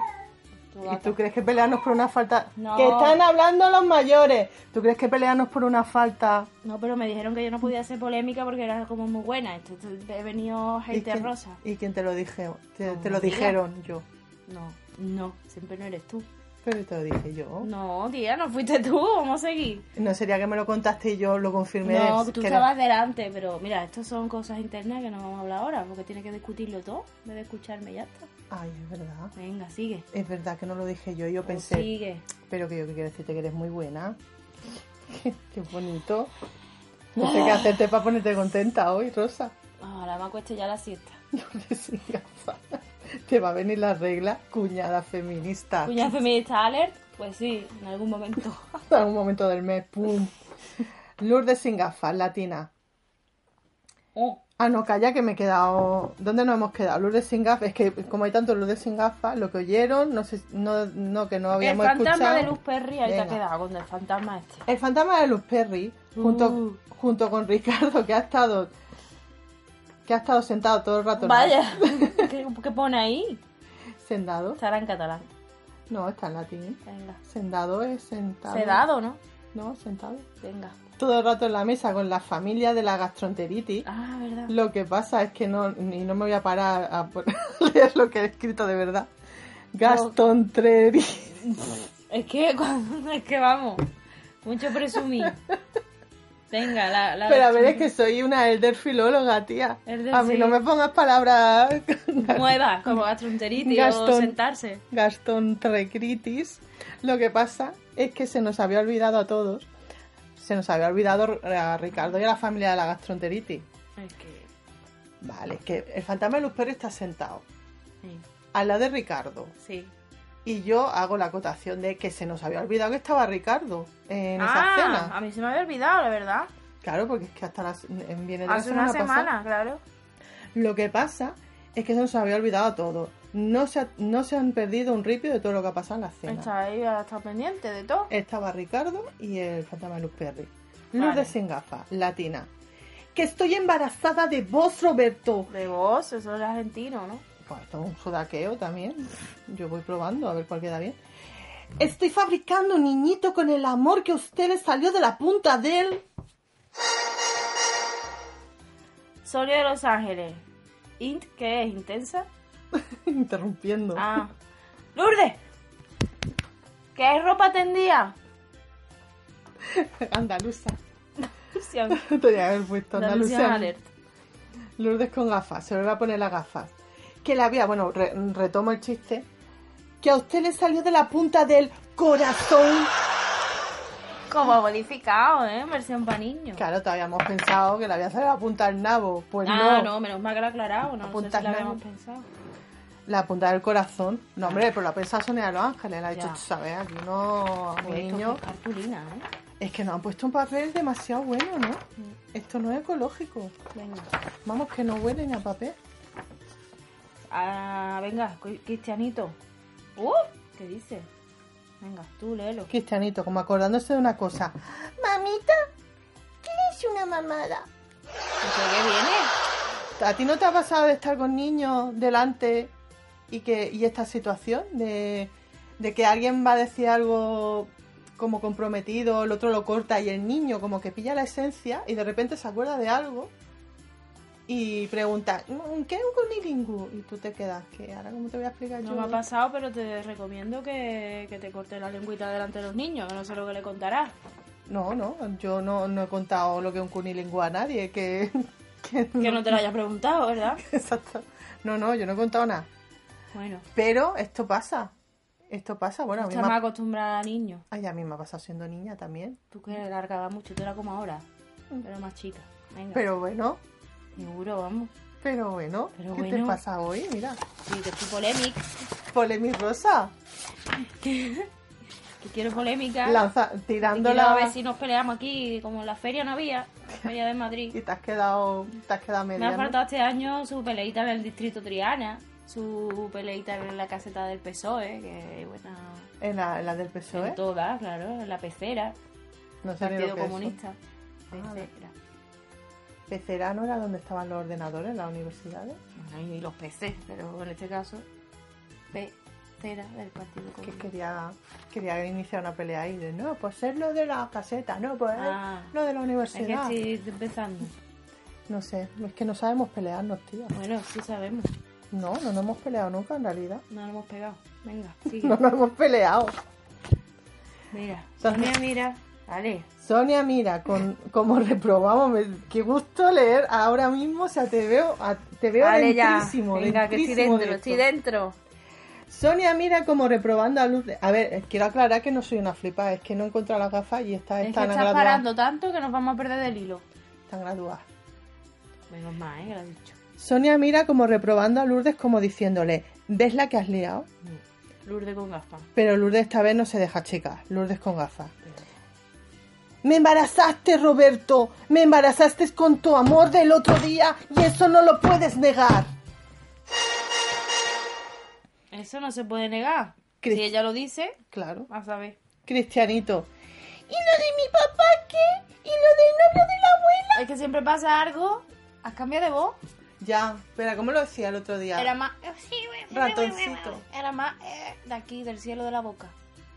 S1: Tu
S3: ¿Y
S1: gata.
S3: tú crees que pelearnos por una falta?
S1: No.
S3: Que están hablando los mayores. ¿Tú crees que pelearnos por una falta?
S1: No, pero me dijeron que yo no podía hacer polémica porque era como muy buena. Entonces he venido
S3: ¿Y
S1: gente
S3: quién-
S1: rosa.
S3: ¿Y quién te lo dije? Te,
S1: No,
S3: te lo
S1: tía.
S3: dijeron yo.
S1: No, no, siempre no eres tú.
S3: Pero te lo dije yo.
S1: No, tía, no fuiste tú, vamos a seguir.
S3: No sería que me lo contaste y yo lo confirmé.
S1: No,
S3: de-
S1: tú
S3: que era-
S1: estabas delante, pero mira, estas son cosas internas que no vamos a hablar ahora, porque tienes que discutirlo todo, en vez de escucharme y ya está.
S3: Ay, es verdad.
S1: Venga, sigue.
S3: Es verdad que no lo dije yo. Yo
S1: Tú
S3: pensé,
S1: Sigue.
S3: pero que yo que quiero decirte que eres muy buena. <laughs> Qué bonito. No sé qué hacerte para ponerte contenta hoy, Rosa. <laughs>
S1: Ahora me acuesto ya la siesta.
S3: Porque sin gafas te va a venir la regla cuñada feminista.
S1: Cuñada feminista alert, pues sí, en algún
S3: <laughs>
S1: momento. <laughs>
S3: en algún momento del mes, pum. Lourdes sin gafas, latina.
S1: Oh,
S3: Ah, no, calla, que me he quedado. ¿Dónde nos hemos quedado? Lourdes sin gafas. Es que como hay tantos Lourdes sin gafas, lo que oyeron, no sé, no, no que no
S1: el
S3: habíamos
S1: fantasma
S3: escuchado.
S1: de Luz Perry, ahí te
S3: Venga.
S1: ha quedado con el fantasma este.
S3: El fantasma de Luz Perry, junto,
S1: Uh.
S3: junto con Ricardo, que ha estado. Que ha estado sentado todo el rato. ¿no?
S1: Vaya,
S3: <laughs>
S1: ¿Qué, qué pone ahí?
S3: Sendado.
S1: Estará en catalán.
S3: No, está en latín.
S1: Venga.
S3: Sendado es sentado.
S1: Sedado, ¿no?
S3: No, sentado.
S1: Venga.
S3: Todo el rato en la mesa con la familia de la gastroenteritis.
S1: Ah, verdad.
S3: Lo que pasa es que no, y no me voy a parar a por- <laughs> leer lo que he escrito de verdad. Gaston
S1: <laughs>
S3: Treri.
S1: Es que, <laughs> cuando- es que vamos, mucho
S3: <laughs>
S1: presumir. Venga, la... la
S3: Pero a ver, es que soy una elder filóloga, tía.
S1: Elder,
S3: a mí no
S1: sí.
S3: me pongas palabras <laughs>
S1: Mueva, como gastroenteritis o
S3: Gastón.
S1: sentarse.
S3: Gaston Trecritis. Lo que pasa es que se nos había olvidado a todos. Se nos había olvidado a Ricardo y a la familia de la gastroenteritis.
S1: Es que...
S3: Vale, que el fantasma de Luz Perry está sentado
S1: Sí,
S3: al lado de Ricardo.
S1: sí.
S3: Y yo hago la acotación de que se nos había olvidado que estaba Ricardo en
S1: ah,
S3: esa cena.
S1: a mí se me había olvidado, la verdad.
S3: Claro, porque es que hasta las, en- viene de la
S1: Hace una
S3: pasada.
S1: semana, claro.
S3: Lo que pasa es que se nos había olvidado todo. No se, ha- no se han perdido un ripio de todo lo que ha pasado en la cena.
S1: Está ahí, ha estado pendiente de todo.
S3: Estaba Ricardo y el fantasma de Luz Perry.
S1: Vale.
S3: Lourdes sin gafas, latina. Que estoy embarazada de vos, Roberto.
S1: De vos, eso es argentino, ¿no?
S3: Pues esto es un sudaqueo también. Yo voy probando a ver cuál queda bien. Estoy fabricando un niñito con el amor que a usted le salió de la punta de él.
S1: Soria de Los Ángeles. Int, ¿qué es? ¿Intensa?
S3: <laughs> Interrumpiendo.
S1: Ah. ¡Lourdes! ¿Qué hay ropa tendida?
S3: Andaluza. <laughs>
S1: Lucian.
S3: Tenía que haber puesto
S1: La Lucian
S3: Andaluza.
S1: Alert.
S3: Lourdes con gafas. Se le va a poner las gafas. Que la había, bueno, re- retomo el chiste. Que a usted le salió de la punta del corazón.
S1: Como modificado, ¿eh? Versión para niños.
S3: Claro, todavía hemos pensado que le había salido la punta del nabo. Pues
S1: ah,
S3: no.
S1: no. menos mal que lo ha aclarado, no, no sé
S3: Apuntas
S1: si lo habíamos
S3: nada.
S1: pensado.
S3: La punta del corazón. No, hombre, pero lo ha pensado Sonia de Los Ángeles. Le ha dicho,
S1: Ya.
S3: tú sabes, aquí no,
S1: Pues esto
S3: niño.
S1: es cartulina, ¿eh?
S3: Es que nos han puesto un papel demasiado bueno, ¿no? Esto no es ecológico.
S1: Venga.
S3: Vamos, que no huele ni a papel.
S1: Ah, venga, cu- Cristianito. ¡Uh! ¿Qué dice? Venga, tú léelo.
S3: Cristianito, como acordándose de una cosa. Mamita, ¿qué es una mamada?
S1: ¿Pero qué viene?
S3: ¿A ti no te ha pasado de estar con niños delante y que y esta situación de, de que alguien va a decir algo como comprometido, el otro lo corta y el niño como que pilla la esencia y de repente se acuerda de algo y pregunta, "Mm, ¿qué es un cunilingus? Y tú te quedas, que ahora cómo te voy a explicar
S1: No
S3: yo.
S1: me ha pasado, pero te recomiendo que, que te cortes la lengüita delante de los niños, que no sé lo que le contarás.
S3: No, no, yo no, no he contado lo que es un cunilingus a nadie, que, <laughs> que
S1: Que no te lo haya preguntado, ¿verdad?
S3: Exacto. No, no, yo no he contado nada.
S1: Bueno,
S3: Pero esto pasa. Esto pasa, bueno, a mí
S1: está
S3: me ha
S1: más acostumbrada a niños.
S3: Ay, a mí me ha pasado siendo niña también.
S1: Tú que largabas mucho, tú eras como ahora, pero más chica. Venga,
S3: Pero bueno,
S1: seguro, vamos.
S3: pero bueno.
S1: Pero
S3: ¿Qué
S1: bueno.
S3: te pasa hoy? Mira.
S1: Sí, que estoy polémica.
S3: Polemis rosa.
S1: que quiero polémica.
S3: Lanza,
S1: Quiero a ver
S3: tirándola
S1: si nos peleamos aquí, como en la feria no había, la feria de Madrid.
S3: y te has quedado, te has quedado
S1: Me
S3: media.
S1: ha
S3: ¿no?
S1: faltado este año su peleita en el distrito Triana, su peleita en la caseta del PSOE, E, que bueno,
S3: En la, en la del PSOE.
S1: en todas, claro, en la pecera,
S3: E. no sé ni lo
S1: Partido
S3: que es.
S1: Comunista,
S3: Ah,
S1: pecera.
S3: Pecera no era donde estaban los ordenadores en las universidades.
S1: Bueno, y los peces, pero en este caso, pecera del Partido
S3: Que
S1: Comunista.
S3: quería, quería iniciar una pelea ahí. De, no, pues es lo de la caseta, no, pues es
S1: Ah.
S3: lo de la
S1: Es que
S3: universidad.
S1: estoy empezando.
S3: No sé, es que no sabemos pelearnos, tío.
S1: Bueno, sí sabemos,
S3: No, no nos hemos peleado nunca en realidad.
S1: no lo hemos pegado. <laughs> Venga, sigue.
S3: No nos hemos peleado.
S1: Mira,
S3: Son-
S1: <laughs> mira, mira. Vale,
S3: Sonia, mira, con, como reprobamos, me- qué gusto leer ahora mismo, o sea, te veo, a- te veo
S1: vale ya.
S3: dentrísimo,
S1: Venga, que estoy
S3: dentrísimo
S1: dentro,
S3: de
S1: estoy
S3: esto.
S1: dentro.
S3: Sonia, mira, como reprobando a luz. de- A ver, eh, quiero aclarar que no soy una flipa, es que no he encontrado las gafas y estas
S1: Es que
S3: están
S1: estás
S3: graduadas.
S1: parando tanto que nos vamos a perder del hilo.
S3: Están graduadas.
S1: Menos mal, ¿eh? Que lo has dicho.
S3: Sonia mira como reprobando a Lourdes como diciéndole, ¿ves la que has liado?
S1: Mm. Lourdes con gafas.
S3: Pero Lourdes esta vez no se deja chica, Lourdes con gafas. Me embarazaste, Roberto. Me embarazaste con tu amor del otro día y eso no lo puedes negar.
S1: Eso no se puede negar.
S3: Cris-
S1: Si ella lo dice,
S3: Claro.
S1: vas a ver.
S3: Cristianito. ¿Y lo de mi papá qué? ¿Y lo del novio de la abuela?
S1: Es que siempre pasa algo. Has cambiado de voz.
S3: Ya, espera, ¿cómo lo decía el otro día?
S1: Era más. eh, sí, güey, güey,
S3: Ratoncito.
S1: güey, güey. Era más eh, de aquí, del cielo de la boca.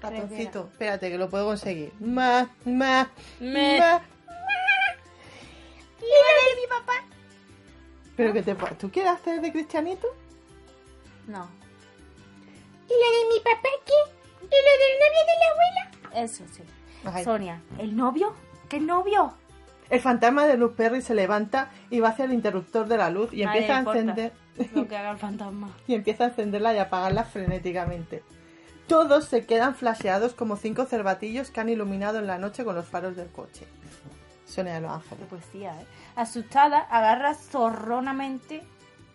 S3: Ratoncito, espérate que lo puedo conseguir. Ma, ma,
S1: Me-
S3: ma. mi papá? ¿Pero qué te pasa? ¿Tú quieres hacer de cristianito?
S1: No.
S3: ¿Y la de mi papá qué? ¿Y la del novio de la abuela?
S1: Eso sí.
S3: Ay.
S1: Sonia, ¿el novio? ¿Qué novio?
S3: El fantasma de Luz Perry se levanta y va hacia el interruptor de la luz y
S1: Nadie
S3: empieza a
S1: importa.
S3: encender
S1: Lo que haga el fantasma.
S3: y empieza a encenderla y apagarla frenéticamente. Todos se quedan flasheados como cinco cervatillos que han iluminado en la noche con los faros del coche. Sonia de los
S1: de
S3: Ángeles.
S1: poesía, ¿eh? Asustada, agarra zorronamente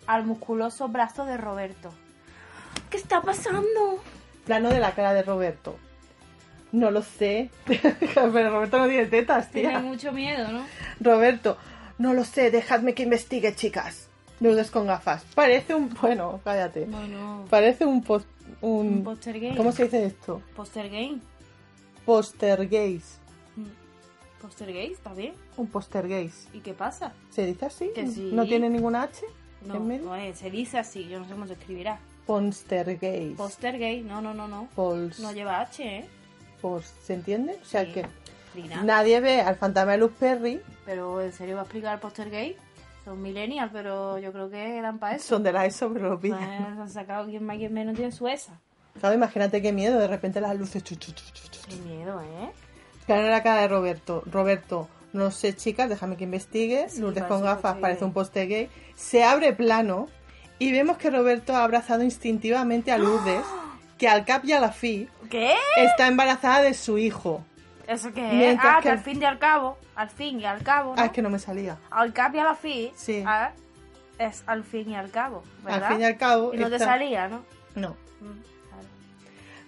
S1: al musculoso brazo de Roberto. ¿Qué está pasando?
S3: Plano de la cara de Roberto. No lo sé. <laughs> Pero Roberto no tiene tetas,
S1: Tiene
S3: tía.
S1: mucho miedo, ¿no?
S3: Roberto, no lo sé, dejadme que investigue, chicas. Lourdes con gafas. Parece un... Bueno, cállate.
S1: Bueno,
S3: Parece un... pos- un...
S1: un poster gay.
S3: Mm, ¿Cómo se dice esto?
S1: Poster gay.
S3: Poster gays.
S1: Mm. Poster gay, ¿está bien?
S3: Un poster gays.
S1: ¿Y qué pasa?
S3: ¿Se dice así?
S1: Que sí.
S3: ¿No tiene ninguna H?
S1: No,
S3: ¿En medio?
S1: no es, se dice así, yo no sé cómo se escribirá.
S3: Poster gays.
S1: Poster gay, no, no, no, no.
S3: Pols-
S1: No lleva H, ¿eh?
S3: pos- ¿Se entiende? O sea
S1: Sí.
S3: que
S1: Ni nada.
S3: nadie ve al fantasma de Luz Perry.
S1: Pero en serio va a explicar poster gay. Son millennials, pero yo creo que eran para eso. Pues, eh,
S3: Son de la E ESO, pero lo pillan.
S1: Se han sacado quien más, quien menos tiene su esa.
S3: Claro, imagínate qué miedo. De repente las luces... chu, chu, chu, chu, chu.
S1: Qué miedo, ¿eh?
S3: Claro, la cara de Roberto. Roberto, no sé, chicas, déjame que investigue.
S1: Sí,
S3: Lourdes
S1: parece
S3: con
S1: un
S3: gafas
S1: poster
S3: parece
S1: gay.
S3: un poste gay. Se abre plano y vemos que Roberto ha abrazado instintivamente
S1: <gasps>
S3: a Lourdes, que al cap y a la fi
S1: ¿Qué?
S3: está embarazada de su hijo.
S1: ¿Eso qué es?
S3: Mientras
S1: ah,
S3: que-
S1: que al fin y al cabo, al fin y al cabo, ¿no?
S3: Ah, es que no me salía.
S1: Al cap y a la fi,
S3: Sí.
S1: ah, es al fin y al cabo, ¿verdad?
S3: Al fin y al cabo.
S1: Y no te
S3: está-
S1: salía, ¿no?
S3: No.
S1: Mm, claro.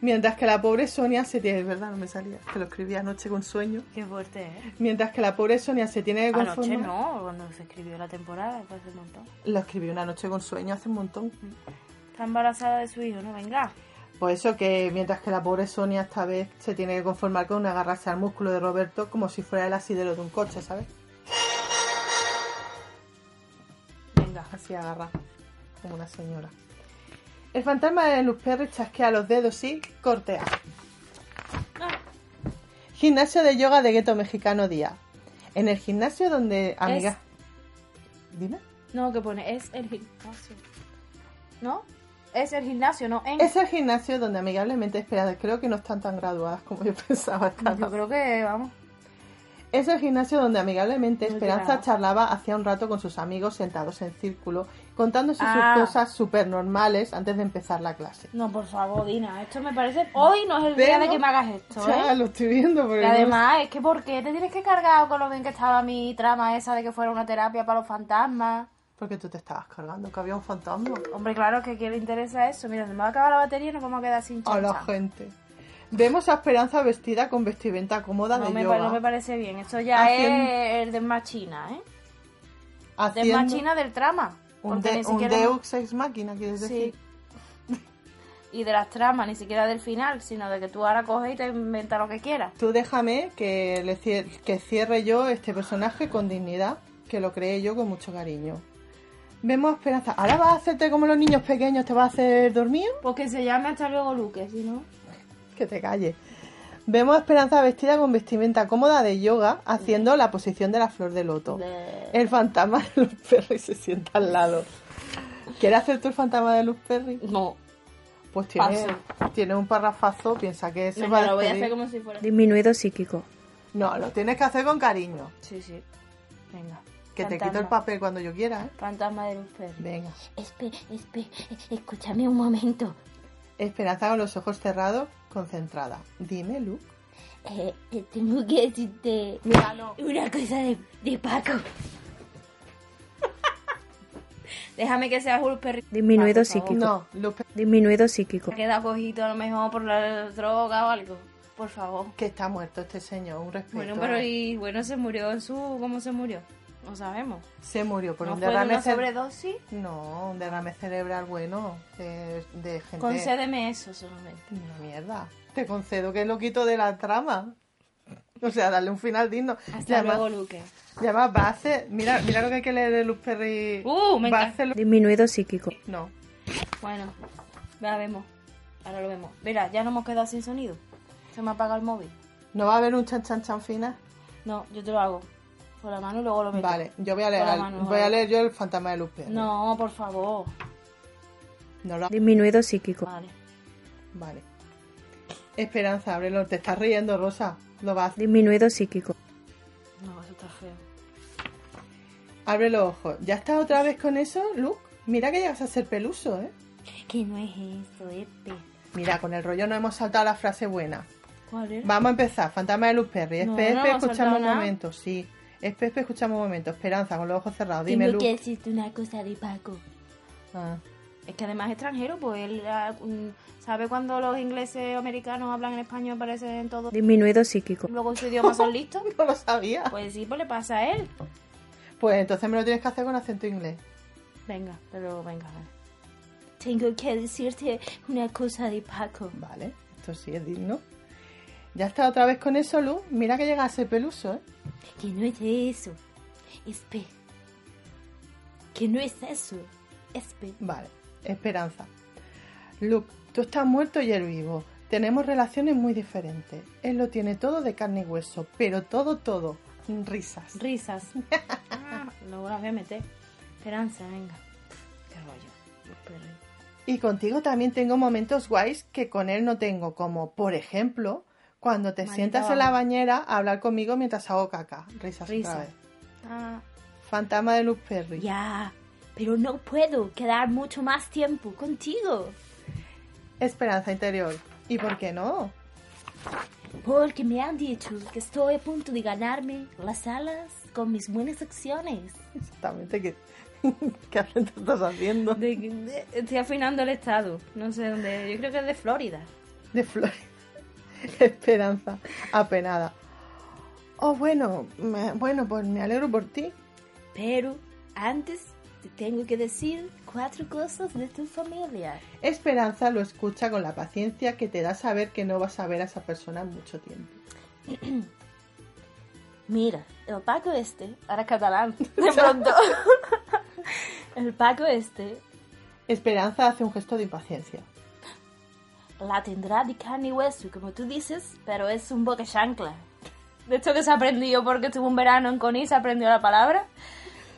S3: Mientras que la pobre Sonia se tiene. Es verdad, no me salía. Que lo escribí anoche con sueño.
S1: Qué fuerte, ¿eh?
S3: Mientras que la pobre Sonia se tiene que
S1: Anoche
S3: conformar.
S1: no, cuando se escribió la temporada, fue hace un montón.
S3: Lo escribí una noche con sueño hace un montón.
S1: Está embarazada de su hijo, ¿no? Venga.
S3: Pues eso que mientras que la pobre Sonia esta vez se tiene que conformar con agarrarse al músculo de Roberto como si fuera el asidero de un coche, ¿sabes?
S1: Venga.
S3: Así agarra, como una señora. El fantasma de Luz Perry chasquea los dedos y cortea.
S1: Ah,
S3: Gimnasio de yoga de gueto mexicano día. En el gimnasio donde, amiga... Dime.
S1: no, que pone, es el gimnasio. ¿No? Es el gimnasio, no en.
S3: Es el gimnasio donde amigablemente esperada. Creo que no están tan graduadas como yo <laughs> pensaba. estas
S1: Yo creo que, vamos.
S3: Es el gimnasio donde amigablemente
S1: No
S3: Esperanza
S1: llegaba.
S3: charlaba hacía un rato con sus amigos sentados en círculo, contándose
S1: Ah.
S3: sus cosas súper normales antes de empezar la clase.
S1: No, por favor, Dina, esto me parece. Hoy no es el día
S3: Pero-
S1: de que me hagas esto, ¿eh?
S3: Ya, lo estoy viendo, porque
S1: Y
S3: no-
S1: además, es que ¿por qué te tienes que cargar con lo bien que estaba mi trama esa de que fuera una terapia para los fantasmas?
S3: Porque tú te estabas cargando, que había un fantasma.
S1: Hombre, claro que a quién le interesa eso. Mira, se me va a acabar la batería y nos vamos a quedar sin
S3: A la
S1: chancha.
S3: gente. Vemos a Esperanza vestida con vestimenta cómoda
S1: No
S3: de
S1: me,
S3: yoga.
S1: pa- no me parece bien. Eso ya
S3: Haciendo-
S1: es el desmachina, ¿eh?
S3: haciendo
S1: Desmachina del trama.
S3: un,
S1: Porque
S3: de-
S1: ni
S3: un
S1: siquiera...
S3: Deux Ex Máquina, quieres
S1: Sí.
S3: decir.
S1: <laughs> Y de las tramas, ni siquiera del final, sino de que tú ahora coges y te inventas lo que quieras.
S3: Tú déjame que, le cier- que cierre yo este personaje con dignidad, que lo creé yo con mucho cariño. Vemos a Esperanza. Ahora vas a hacerte como los niños pequeños, te vas a hacer dormir.
S1: Porque Pues se llama hasta luego Luque, si no.
S3: Que te calles. Vemos a Esperanza vestida con vestimenta cómoda de yoga, haciendo la posición de la flor de loto.
S1: De-
S3: El fantasma de los perros se sienta al lado. ¿Quieres hacer tú el fantasma de los perros?
S1: No.
S3: Pues tiene, tiene un parrafazo, piensa que se va
S1: Venga, lo voy a
S3: despedir.
S1: hacer como si fuera.
S2: Disminuido psíquico.
S3: No, lo tienes que hacer con cariño.
S1: Sí, sí. Venga.
S3: Que te
S1: Fantasma.
S3: quito el papel cuando yo quiera, ¿eh?
S1: Fantasma de los perros.
S3: Venga.
S1: Espe, espe, e, escúchame un momento.
S3: Esperanza con los ojos cerrados, concentrada. Dime, Luke.
S1: Eh, tengo que decirte
S3: Mira, no.
S1: una cosa de, Paco. Déjame que sea un perrito.
S2: Disminuido
S1: Paco, por favor.
S2: psíquico.
S3: No, Luke,
S2: Disminuido psíquico.
S1: Ha quedado cogido a lo mejor por la droga o algo. Por favor.
S3: que está muerto este señor, un respeto.
S1: Bueno, pero y bueno, se murió en su. ¿Cómo se murió? No sabemos.
S3: Se murió por
S1: ¿No
S3: un
S1: fue de
S3: derrame
S1: una
S3: cerebral.
S1: sobredosis?
S3: No, un derrame cerebral bueno de, de gente.
S1: Concédeme eso solamente.
S3: Una mierda. Te concedo que lo quito de la trama. O sea, darle un final digno. Y
S1: Hasta
S3: además,
S1: luego, Luque.
S3: y además va a hacer. Mira, mira lo que hay que leer de Luz Perry.
S1: Uh, me
S3: va a
S1: encanta.
S3: hacer lo-
S2: Disminuido psíquico.
S3: No.
S1: Bueno, ya vemos. Ahora lo vemos. Mira, ya no hemos quedado sin sonido. Se me apaga el móvil.
S3: No va a haber un chan chan chan final.
S1: No, yo te lo hago. Con la mano y luego lo meto.
S3: Vale, yo voy a leer,
S1: Hola,
S3: al-
S1: Manuel.
S3: voy a leer yo el fantasma de Luz Perry.
S1: No, por favor.
S3: No lo
S2: Disminuido
S3: Ah,
S2: psíquico.
S1: Vale.
S3: Vale. Esperanza, ábrelo. Te estás riendo, Rosa. Lo vas.
S2: Disminuido psíquico.
S1: No, eso está feo.
S3: Abre los ojos. ¿Ya estás otra vez con eso, Luke? Mira que llegas a ser peluso, ¿eh?
S1: Que no es eso, Epe.
S3: Mira, con el rollo no hemos saltado la frase buena.
S1: ¿Cuál era?
S3: Vamos a empezar. Fantasma de Luz Perry.
S1: No,
S3: Espe,
S1: no
S3: espe,
S1: hemos
S3: escuchamos
S1: soltado
S3: un
S1: nada.
S3: momento. Sí. Espe, espe, escuchamos un momento. Esperanza, con los ojos cerrados. Dime, Luke.
S1: existe una cosa de Paco.
S3: Ah. <laughs>
S1: Es que además es extranjero, pues él ah, mm, sabe cuando los ingleses o americanos hablan en español, parecen todos.
S2: Disminuido psíquico.
S1: Luego en su idioma son listos.
S3: No lo sabía.
S1: Pues sí, pues le pasa a él.
S3: Pues entonces me lo tienes que hacer con acento inglés.
S1: Venga, pero venga, vale. Tengo que decirte una cosa de Paco.
S3: Vale, esto sí es digno. Ya estás otra vez con eso, Luke. Mira que llegas a ser peluso, ¿eh?
S1: Que no es eso. Espe. Que no es eso. Espe.
S3: Vale, esperanza. Luke, tú estás muerto y él vivo. Tenemos relaciones muy diferentes. Él lo tiene todo de carne y hueso, pero todo, todo.
S2: <laughs>
S3: Risas.
S1: Risas. Ah, luego las voy a meter. Esperanza, venga. Qué rollo. Los perros.
S3: Y contigo también tengo momentos guays que con él no tengo, como por ejemplo, cuando te
S1: Manita
S3: sientas en la
S1: abajo.
S3: bañera a hablar conmigo mientras hago caca. Risas otra
S1: Risas.
S3: vez.
S1: Ah,
S3: Fantasma de Luke Perry.
S1: ya. Pero no puedo quedar mucho más tiempo contigo.
S3: Esperanza interior. ¿Y por qué no?
S1: Porque me han dicho que estoy a punto de ganarme las alas con mis buenas acciones.
S3: Exactamente, <laughs> ¿qué, qué acento estás haciendo?
S1: De- de- estoy afinando el estado. No sé dónde. Yo creo que es de Florida.
S3: de flores. <laughs> Esperanza, apenada. Oh, bueno, me- bueno, pues me alegro por ti.
S1: Pero antes te tengo que decir cuatro cosas de tu familia.
S3: Esperanza lo escucha con la paciencia que te da saber que no vas a ver a esa persona en mucho tiempo.
S1: Mira, el Paco este, ahora es catalán, <laughs> de pronto. el Paco este
S3: Esperanza hace un gesto de impaciencia.
S1: la tendrá de carne y hueso, como tú dices, pero es un boca chancla. De esto que se aprendió porque estuvo un verano en Conil, se aprendió la palabra.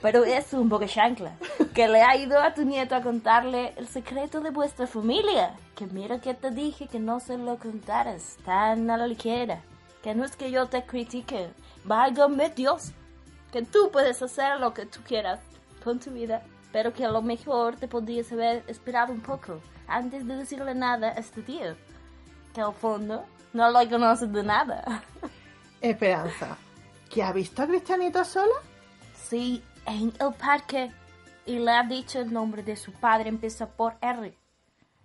S1: Pero es un boca chancla que le ha ido a tu nieto a contarle el secreto de vuestra familia. Que mira que te dije que no se lo contaras tan a la ligera. Que no es que yo te critique, válgame Dios. Que tú puedes hacer lo que tú quieras con tu vida, pero que a lo mejor te podrías haber esperado un poco antes de decirle nada a este tío. Que al fondo no lo conoces de nada.
S3: Esperanza, ¿que ha visto a Cristianito sola?
S1: Sí, en el parque. Y le ha dicho el nombre de su padre, empieza por R.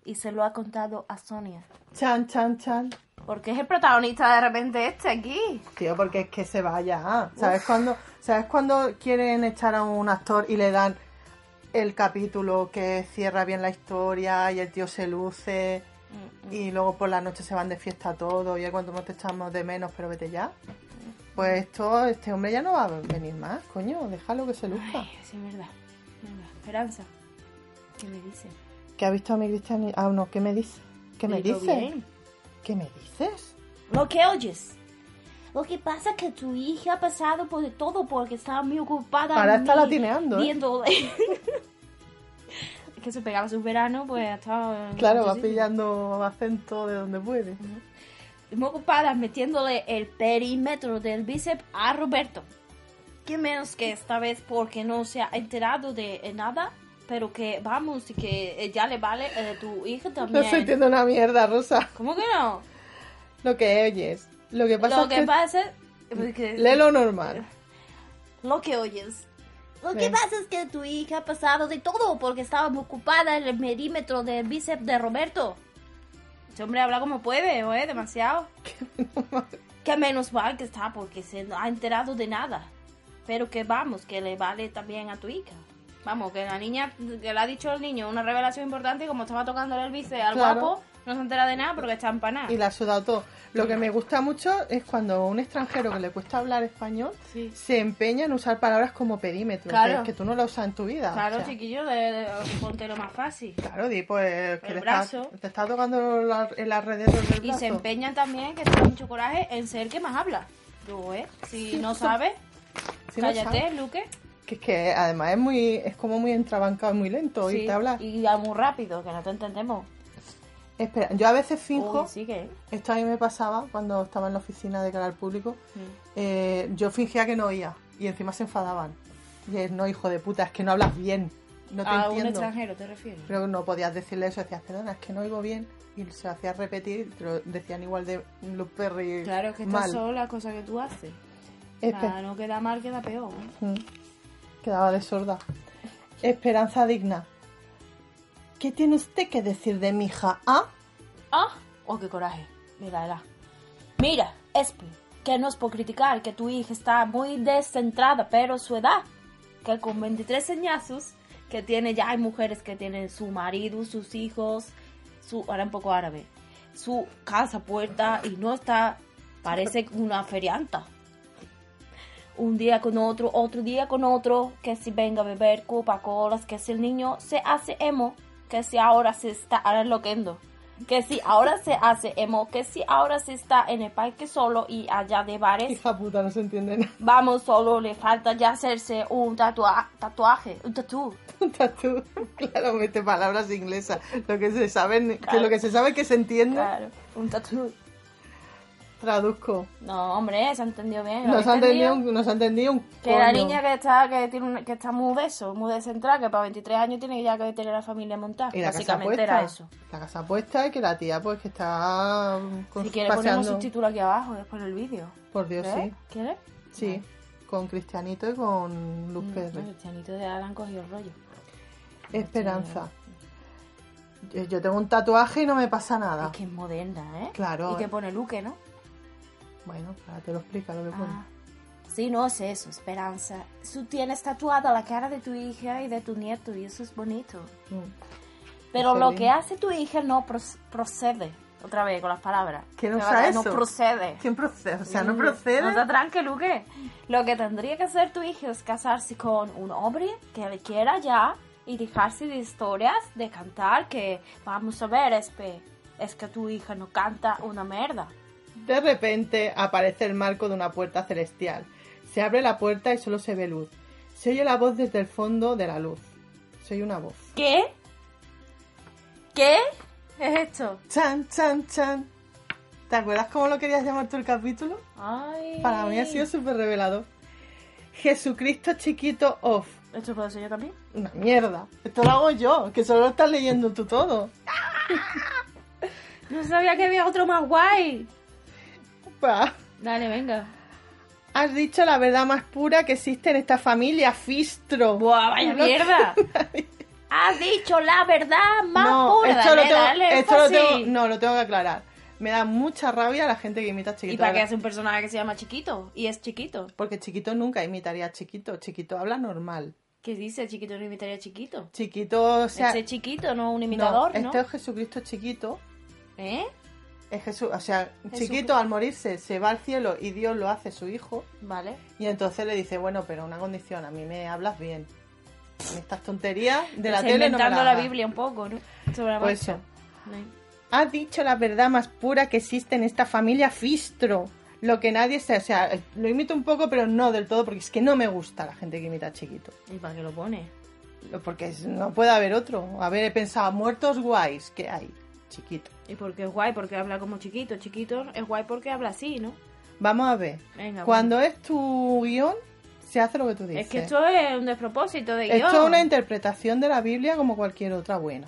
S2: y se lo ha contado a Sonia.
S3: Chan, chan, chan.
S2: Porque es el protagonista de repente este aquí.
S3: Tío, porque es que se vaya. ¿Sabes cuando, ¿Sabes cuando quieren echar a un actor y le dan el capítulo que cierra bien la historia y el tío se luce y luego por la noche se van de fiesta todos y cuanto más te echamos de menos, pero vete ya? Pues esto, este hombre ya no va a venir más, coño, déjalo que se luzca.
S2: Ay, sí, es verdad. Venga, Esperanza. ¿Qué me dice?
S3: ¿Qué ha visto a mi Cristian? Ah, no, ¿qué me dice? ¿Qué me
S2: Digo
S3: dice?
S2: bien.
S3: ¿Qué me dices?
S1: Lo que oyes. Lo que pasa es que tu hija ha pasado por de todo porque estaba muy ocupada.
S3: Ahora está
S1: muy-
S3: latineando, ¿eh?
S1: Viendo.
S2: Es <laughs> que se pegaba su verano, pues ha estado. en
S3: Claro, va
S2: muchos sitios.
S3: pillando acento de donde puede.
S2: Muy ocupada metiéndole el perímetro del bíceps a Roberto. Que menos que esta vez porque no se ha enterado de eh, nada, pero que vamos, y que eh, ya le vale eh, tu hija
S3: <laughs> No
S2: también.
S3: estoy entiendo una mierda, Rosa.
S2: ¿Cómo que no?
S3: Lo que oyes. Lo que pasa
S2: Lo que
S3: es que
S2: pasa es. pues, que-
S3: lee lo normal.
S2: Lo que oyes.
S1: Lo que
S3: Ven.
S1: pasa es que tu hija ha pasado de todo porque estaba muy ocupada en el perímetro del bíceps de Roberto.
S2: Este hombre habla como puede, ¿eh? Demasiado. que menos mal que está porque se no ha enterado de nada. Pero que vamos, que le vale también a tu hija. Vamos, que la niña, que le ha dicho el niño una revelación importante y como estaba tocándole el bíceps al
S3: Claro.
S2: guapo, no se entera de nada porque está empanada.
S3: Y la ha sudado todo. Lo que me gusta mucho es cuando un extranjero que le cuesta hablar español
S2: Sí.
S3: se empeña en usar palabras como perímetro.
S2: Claro.
S3: Que es que tú no lo usas en tu
S1: Ah,
S3: vida.
S2: Claro,
S3: o sea,
S2: chiquillo, de, de- ponte lo más fácil.
S3: Claro, di, pues que
S2: El
S3: le
S2: brazo.
S3: estás- te estás tocando la- el alrededor del brazo.
S2: Y se empeña también, que tiene mucho coraje, en ser que más habla. Tú, ¿eh? Si no sabes,
S3: Si no
S2: cállate,
S3: sabe.
S2: Luque.
S3: Que es que además es muy es como muy entrabancado, muy lento
S2: Sí,
S3: oírte hablar.
S2: y ya muy rápido, que no te entendemos.
S3: Espera, yo a veces finjo,
S2: Uy, sí que... ¿eh?
S3: esto a mí me pasaba cuando estaba en la oficina de cara al público, eh, yo fingía que no oía y encima se enfadaban. Y es, no, hijo de puta, es que no hablas bien, no te
S2: a un
S3: entiendo.
S2: extranjero te refieres.
S3: Pero no podías decirle eso, decías, perdona, es que no oigo bien. Y se lo hacías repetir, pero decían igual de los perry
S2: Claro, es que estas
S3: mal.
S2: son las cosas que tú haces.
S3: Espe-
S2: Nada, no queda mal, queda peor. ¿eh?
S3: Mm. Quedaba de sorda. Esperanza digna. ¿Qué tiene usted que decir de mi hija? ¿Ah?
S2: ¡Ah! ¡Oh, qué coraje! Mira, Ela. Mira, Espi, que no es por criticar que tu hija está muy descentrada, pero su edad, que con 23 añazos que tiene ya, hay mujeres que tienen su marido, sus hijos, su, ahora un poco árabe, su casa puerta y no está, parece una ferianta. Un día con otro, otro día con otro, que si venga a beber copa colas, que si el niño se hace emo, que si ahora se está, ahora es loquendo. Que si ahora se hace emo, que si ahora se está en el parque solo y allá de bares
S3: Hija puta, no se entiende nada. <laughs>
S2: Vamos, solo le falta ya hacerse un tatua- tatuaje, un tatú.
S3: Tú, claro, mete palabras inglesas. Lo que se sabe, que lo que se sabe que se entiende,
S2: Claro, un tatú.
S3: traduzco.
S2: No, hombre, se entendió bien. ¿lo
S3: Nos ha
S2: habéis
S3: entendido,
S2: entendido?
S3: un- nos ha entendido un
S2: Que la
S3: coño.
S2: niña que está, que tiene una- que está muy de eso, muy descentrada, que para 23 años tiene ya que tener la familia montada.
S3: Y la casa
S2: Básicamente
S3: puesta.
S2: era eso.
S3: La casa puesta y que la tía, pues, que está mm, con-
S2: Si quieres ponemos
S3: paseando.
S2: un subtítulo aquí abajo después del vídeo.
S3: Por Dios,
S2: ¿Eh? ¿Quieres?
S3: sí. Sí. Con Cristianito y con Luz
S2: Mm,
S3: Perry.
S2: Los chanitos de Alan cogió el rollo.
S3: Esperanza. Yo, yo tengo un tatuaje y no me pasa nada.
S2: Es que es moderna, ¿eh?
S3: Ah. Claro,
S2: Y que
S3: eh.
S2: pone Luque, ¿no?
S3: Bueno, ahora te lo explica lo que pone.
S2: Ah, Sí, no es eso, Esperanza. Tú tienes tatuada la cara de tu hija y de tu nieto y eso es bonito.
S3: Mm.
S2: Pero
S3: Qué
S2: lo
S3: bien.
S2: que hace tu hija no pros- procede. Otra vez con las palabras.
S3: ¿Qué no
S2: La
S3: sea
S2: verdad, No
S3: eso?
S2: procede.
S3: ¿Quién procede? O sea,
S2: Mm,
S3: no procede.
S2: No te tranque, Luque. Lo que tendría que hacer tu hija es casarse con un hombre que le quiera ya y dejarse de historias de cantar que, vamos a ver, Espe, es que tu hija no canta una mierda.
S3: De repente aparece el marco de una puerta celestial. Se abre la puerta y solo se ve luz. Se oye la voz desde el fondo de la luz. Se oye una voz.
S2: ¿Qué? ¿Qué es esto?
S3: Chan, chan, chan. ¿Te acuerdas cómo lo querías llamar tú el capítulo?
S2: Ay.
S3: Para mí ha sido súper revelador. Jesucristo chiquito off.
S2: ¿Esto puedo ser yo también?
S3: Una mierda. Esto lo hago yo, que solo lo estás leyendo tú todo.
S2: No sabía que había otro más guay.
S3: Pa.
S2: Dale, venga.
S3: Has dicho la verdad más pura que existe en esta familia, Fistro. <laughs>
S2: Buah, vaya
S3: No-
S2: mierda. Has dicho la verdad más
S3: no,
S2: pura.
S1: es-
S3: esto,
S1: dale,
S3: lo tengo,
S1: dale,
S3: esto lo
S1: énfasis.
S3: tengo- no, lo tengo que aclarar. Me da mucha rabia la gente que imita a Chiquito.
S1: ¿Y para
S3: de
S1: qué
S3: la-
S1: hace un personaje que se llama Chiquito? Y es Chiquito.
S3: Porque Chiquito nunca imitaría a Chiquito. Chiquito habla normal.
S1: ¿Qué dice? Chiquito no imitaría a Chiquito.
S3: Chiquito, o sea...
S1: Ese chiquito, no un
S3: no,
S1: imitador, ¿no?
S3: Este es Jesucristo chiquito.
S1: ¿Eh?
S3: Es Jesús, o sea, chiquito al morirse se va al cielo y Dios lo hace su hijo.
S1: Vale.
S3: Y entonces le dice, bueno, pero una condición, a mí me hablas bien. A mí Estas tonterías de la
S1: Está
S3: tele no me
S1: inventando
S3: las
S1: la
S3: hagas.
S1: Biblia un poco, ¿no? Sobre la
S3: Pues
S1: marcha.
S3: eso. Ha dicho la verdad más pura que existe en esta familia Fistro. Lo que nadie se... O sea, lo imito un poco, pero no del todo, porque es que no me gusta la gente que imita a chiquito.
S1: ¿Y para qué lo pone?
S3: Lo- Porque es- no puede haber otro. A ver, he pensado, muertos guays, ¿qué hay? Chiquito.
S1: ¿Y porque es guay? Porque habla como chiquito. Chiquito es guay porque habla así, ¿no?
S3: Vamos a ver.
S1: Venga.
S3: Cuando es tu guión, se hace lo que tú dices.
S1: Es que esto es un despropósito de guión.
S3: Esto es una interpretación de la Biblia como cualquier otra buena.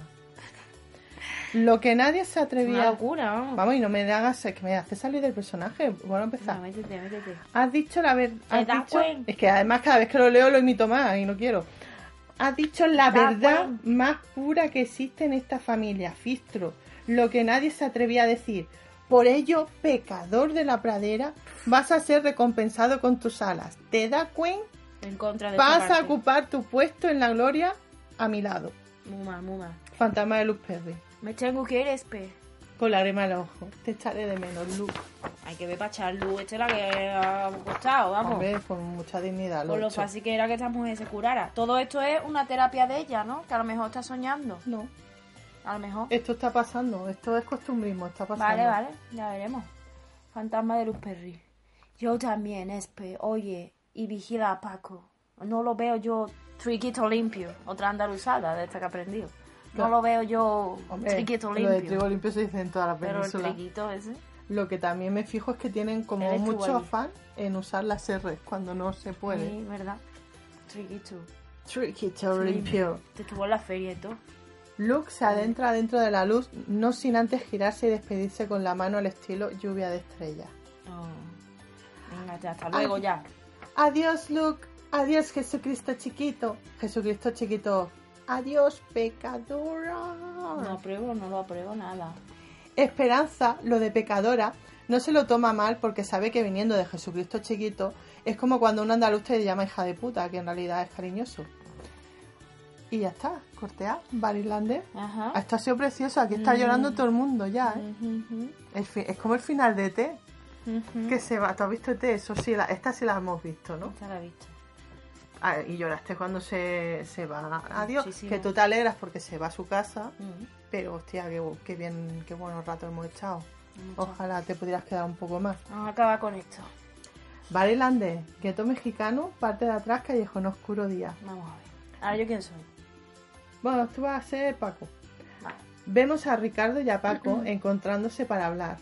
S3: Lo que nadie se
S1: Una
S3: atrevía...
S1: locura, vamos.
S3: Vamos, y no me hagas... Que me hace salir del personaje. Bueno, a empezar.
S1: Venga, métete, métete.
S3: Has dicho la
S1: ¿Te
S3: verdad.
S1: das cuenta?
S3: Es que además cada vez que lo leo lo imito más y no quiero. Has dicho la
S1: Da
S3: verdad
S1: cuenta.
S3: más pura que existe en esta familia, Fistro. Lo que nadie se atrevía a decir. Por ello, pecador de la pradera, vas a ser recompensado con tus alas. ¿Te da cuenta?
S1: En contra de
S3: Vas
S1: esta
S3: a
S1: parte.
S3: ocupar tu puesto en la gloria a mi lado.
S1: Muy mal, muy mal.
S3: Fantasma de Luz Perry.
S1: Me tengo que ir, espe.
S3: Con lágrima en los ojos. Te echaré de menos, Luz.
S1: Hay que ver para Charlu. Esta
S2: este
S1: es la que ha gustado, vamos.
S3: Hombre, con mucha dignidad.
S1: Por
S3: he
S1: lo
S3: hecho.
S1: fácil que era que esta mujer se curara. Todo esto es una terapia de ella, ¿no? Que a lo mejor está soñando.
S3: No,
S1: A lo mejor.
S3: esto está pasando. Esto es costumbrismo. Está pasando.
S1: Vale, vale, ya veremos. Fantasma de Luz Perry. Yo también, Espe. Oye, y vigila a Paco. No lo veo yo triquito limpio. Otra andaluzada de esta que he aprendido. No
S3: Claro.
S1: lo veo yo triquito
S3: Lo de trigo
S1: limpio.
S3: limpio se dice en toda la
S1: Pero el
S3: península.
S1: triquito ese.
S3: Lo que también me fijo es que tienen como
S1: Eres tú,
S3: mucho
S1: Ali.
S3: afán en usar las R cuando no se puede.
S1: Sí, ¿verdad? Triquito.
S3: Tricky to limpio.
S1: Te estuvo en la feria y todo.
S3: Luke se adentra dentro de la luz, no sin antes girarse y despedirse con la mano al estilo lluvia de estrellas.
S1: Oh. Venga, ya, hasta luego
S3: Ay.
S1: ya.
S3: Adiós, Luke. Adiós, Jesucristo chiquito. Jesucristo chiquito. Adiós, pecadora.
S1: No apruebo, no lo apruebo nada.
S3: Esperanza, lo de pecadora, no se lo toma mal porque sabe que viniendo de Jesucristo chiquito es como cuando un andaluz te llama hija de puta, que en realidad es cariñoso. Y ya está, cortea, bar irlandés.
S1: Ajá.
S3: Esto ha sido precioso, aquí está llorando todo el mundo ya, ¿eh?
S1: Ujú, ujú,
S3: El fi- es como el final de T,
S1: ujú.
S3: que se va. ¿Tú has visto T? Eso sí, la- esta sí la hemos visto, ¿no?
S1: Esta la he visto.
S3: Ah, y lloraste cuando se, se va. Adiós.
S1: Muchísimo.
S3: Que tú te alegras porque se va a su casa,
S1: Mm.
S3: pero hostia, qué, bu- qué bien, qué buenos ratos hemos echado.
S1: Mucho.
S3: Ojalá te pudieras quedar un poco más.
S1: Vamos a acabar con esto.
S3: Bar irlandés, gueto mexicano, parte de atrás, callejón oscuro día.
S1: Vamos a ver. Ahora yo quién soy.
S3: Bueno, tú vas a ser Paco.
S1: Vale.
S3: Vemos a Ricardo y a Paco
S1: <clears throat>
S3: encontrándose para hablar.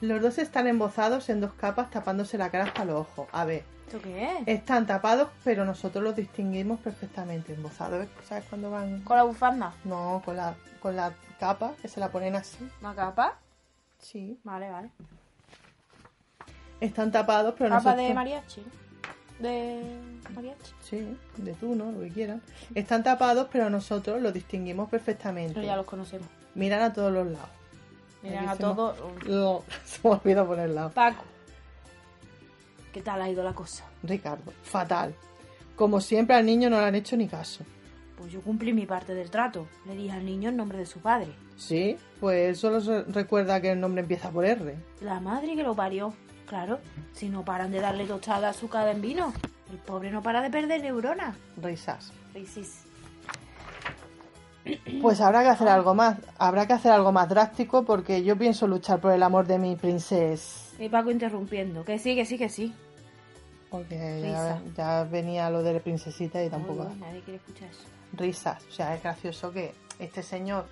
S3: Los dos están embozados en dos capas tapándose la cara hasta los ojos. A ver,
S1: ¿Esto qué es?
S3: están tapados, pero nosotros los distinguimos perfectamente. Embozados, ¿sabes cuando van?
S1: Con la bufanda.
S3: No, con la, con la capa, que se la ponen así.
S1: ¿Una capa?
S3: Sí.
S1: Vale, vale.
S3: Están tapados, pero
S1: Capa
S3: nosotros...
S1: de mariachi. De mariachi.
S3: Sí, de tú, ¿no? Lo que quieran. Están tapados, pero nosotros los distinguimos perfectamente.
S1: Pero ya los conocemos.
S3: Miran a todos los lados.
S1: Miran
S3: Ahí
S1: a
S3: se me-
S1: todos.
S3: Lo- <laughs> Se me olvida poner lado.
S1: Paco. ¿Qué tal ha ido la cosa?
S3: Ricardo, fatal. Como siempre al niño no le han hecho ni caso.
S1: Pues yo cumplí mi parte del trato. Le dije al niño el nombre de su padre.
S3: Sí, pues él solo se- recuerda que el nombre empieza por R.
S1: La madre que lo parió. Claro, si no paran de darle tostada azúcar en vino. El pobre no para de perder neuronas.
S3: Risas.
S1: Risis.
S3: Pues habrá que
S1: Ah.
S3: hacer algo más. Habrá que hacer algo más drástico porque yo pienso luchar por el amor de mi princesa.
S1: Y Paco interrumpiendo. Que sí, que sí, que sí.
S3: Porque
S1: Risa.
S3: ya, ya venía lo de la princesita y tampoco.
S1: Uy, nadie quiere escuchar eso.
S3: risas. O sea, es gracioso que este señor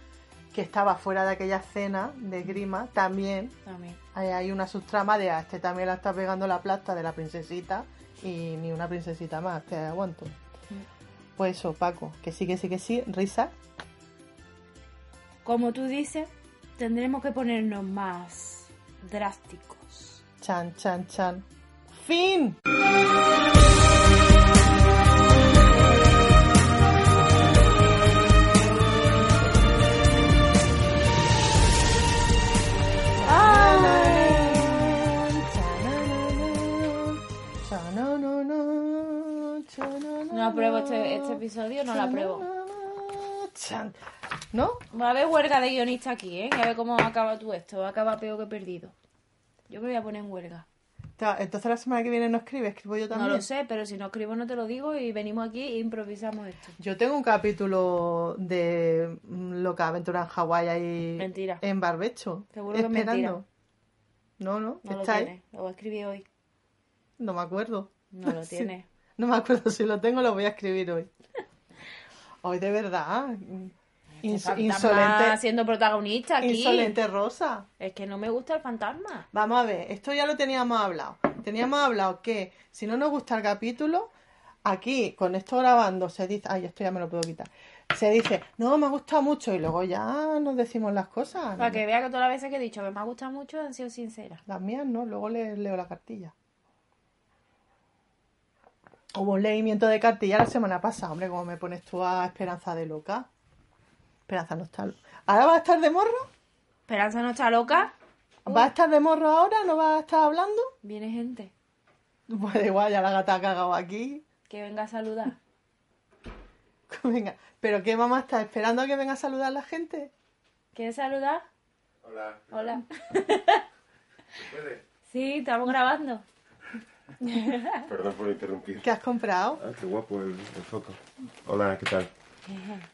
S3: que estaba fuera de aquella cena de Grima también
S1: También.
S3: hay, hay una subtrama de a este también la está pegando la plasta de la princesita y ni una princesita más, te aguanto. Pues eso, Paco, que sí, que sí, que sí, risas.
S1: Como tú dices, tendremos que ponernos más drásticos.
S3: Chan, chan, chan. ¡Fin!
S1: No apruebo este, este episodio, no lo apruebo.
S3: Chan. ¿No?
S1: Va a haber huelga de guionista aquí, ¿eh? A ver cómo acaba tú esto. Acaba peor que perdido. Yo me voy a poner en huelga.
S3: Ta- Entonces la semana que viene no escribe, escribo yo también.
S1: No lo sé, pero si no escribo no te lo digo y venimos aquí e improvisamos esto.
S3: Yo tengo un capítulo de mm, loca aventura en Hawái ahí
S1: Mentira.
S3: en barbecho.
S1: Seguro que es
S3: esperando.
S1: mentira.
S3: No, no,
S1: No lo
S3: está ahí.
S1: tiene. Lo voy a escribir hoy.
S3: No me acuerdo.
S1: No lo
S3: Sí.
S1: tiene.
S3: <laughs> No me acuerdo si lo tengo, lo voy a escribir hoy. Hoy de verdad.
S1: El
S3: Ins-
S1: fantasma
S3: insolente,
S1: siendo protagonista aquí.
S3: insolente Rosa.
S1: Es que no me gusta el fantasma.
S3: Vamos a ver, esto ya lo teníamos hablado. Teníamos hablado que si no nos gusta el capítulo, aquí con esto grabando se dice, ay, esto ya me lo puedo quitar. Se dice, no, me ha gustado mucho y luego ya nos decimos las cosas.
S1: Para que vea que todas las veces que he dicho que me ha gustado mucho han sido sinceras.
S3: Las mías no, luego les leo la cartilla. Hubo un leimiento de cartilla la semana pasada, hombre, como me pones tú a Esperanza de loca. Esperanza no está. ¿Ahora va a estar de morro?
S1: Esperanza no está loca.
S3: ¿Va a estar de morro ahora? ¿No va a estar hablando? <laughs>
S1: Viene gente.
S3: Pues da igual, ya la gata ha cagado aquí.
S1: Que venga a saludar.
S3: <laughs> Venga, ¿pero qué mamá está esperando a que venga a saludar a la gente?
S1: ¿Quieres saludar?
S4: Hola,
S1: Hola.
S4: ¿se puede?
S1: Sí, estamos grabando.
S4: Perdón por interrumpir.
S3: ¿Qué has comprado?
S4: Ah, qué guapo el, el foco. Hola, ¿qué tal?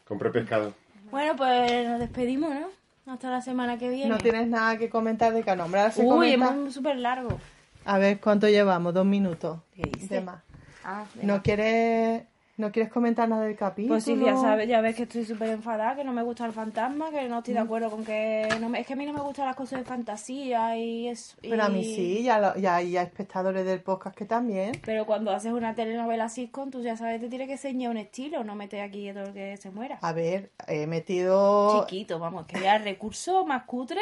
S4: Compré pescado.
S1: Bueno, pues nos despedimos, ¿no? Hasta la semana que viene.
S3: No tienes nada que comentar de que no, hombre, ahora se
S1: Uy,
S3: comenta.
S1: es súper largo.
S3: A ver, ¿cuánto llevamos? Dos minutos.
S1: ¿Qué dices?
S3: De más.
S1: Ah,
S3: ¿No quieres, ¿No quieres comentar nada del capítulo?
S1: Pues sí, ya sabes, ya ves que estoy súper enfadada, que no me gusta el fantasma, que no estoy
S3: Mm.
S1: de acuerdo con que... No me- es que a mí no me gustan las cosas de fantasía y eso. y-
S3: Pero a mí sí, ya, lo- ya hay espectadores del podcast que también.
S1: Pero cuando haces una telenovela sitcom, tú ya sabes, te tienes que ceñir un estilo, no meter aquí todo el que se muera.
S3: A ver, he metido...
S1: Chiquito, vamos, que ya el recurso más
S3: <laughs>
S1: cutre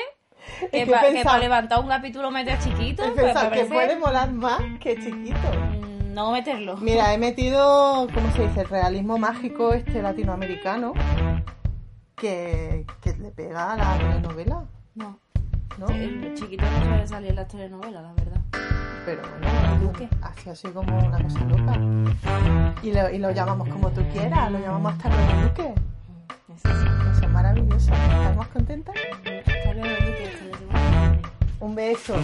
S3: que he
S1: que, pa- que
S3: pensado-
S1: para levantar un capítulo meter chiquito,
S3: He
S1: pues,
S3: pensado
S1: me
S3: que
S1: parece,
S3: puede molar más que chiquito.
S1: mm, no meterlo.
S3: Mira, he metido, ¿cómo se dice? El realismo mágico este latinoamericano que, que le pega a la telenovela,
S1: No,
S3: ¿no?
S1: el chiquito no suele salir en las telenovelas, la verdad.
S3: Pero no,
S1: Duque.
S3: así, así como una cosa loca. Y lo, y lo llamamos como tú quieras, lo llamamos hasta luego Duque.
S1: Eso sí.
S3: Eso es maravilloso. ¿Estás más contenta?
S1: Hasta luego, Enrique, hasta la semana que viene.
S3: Un beso.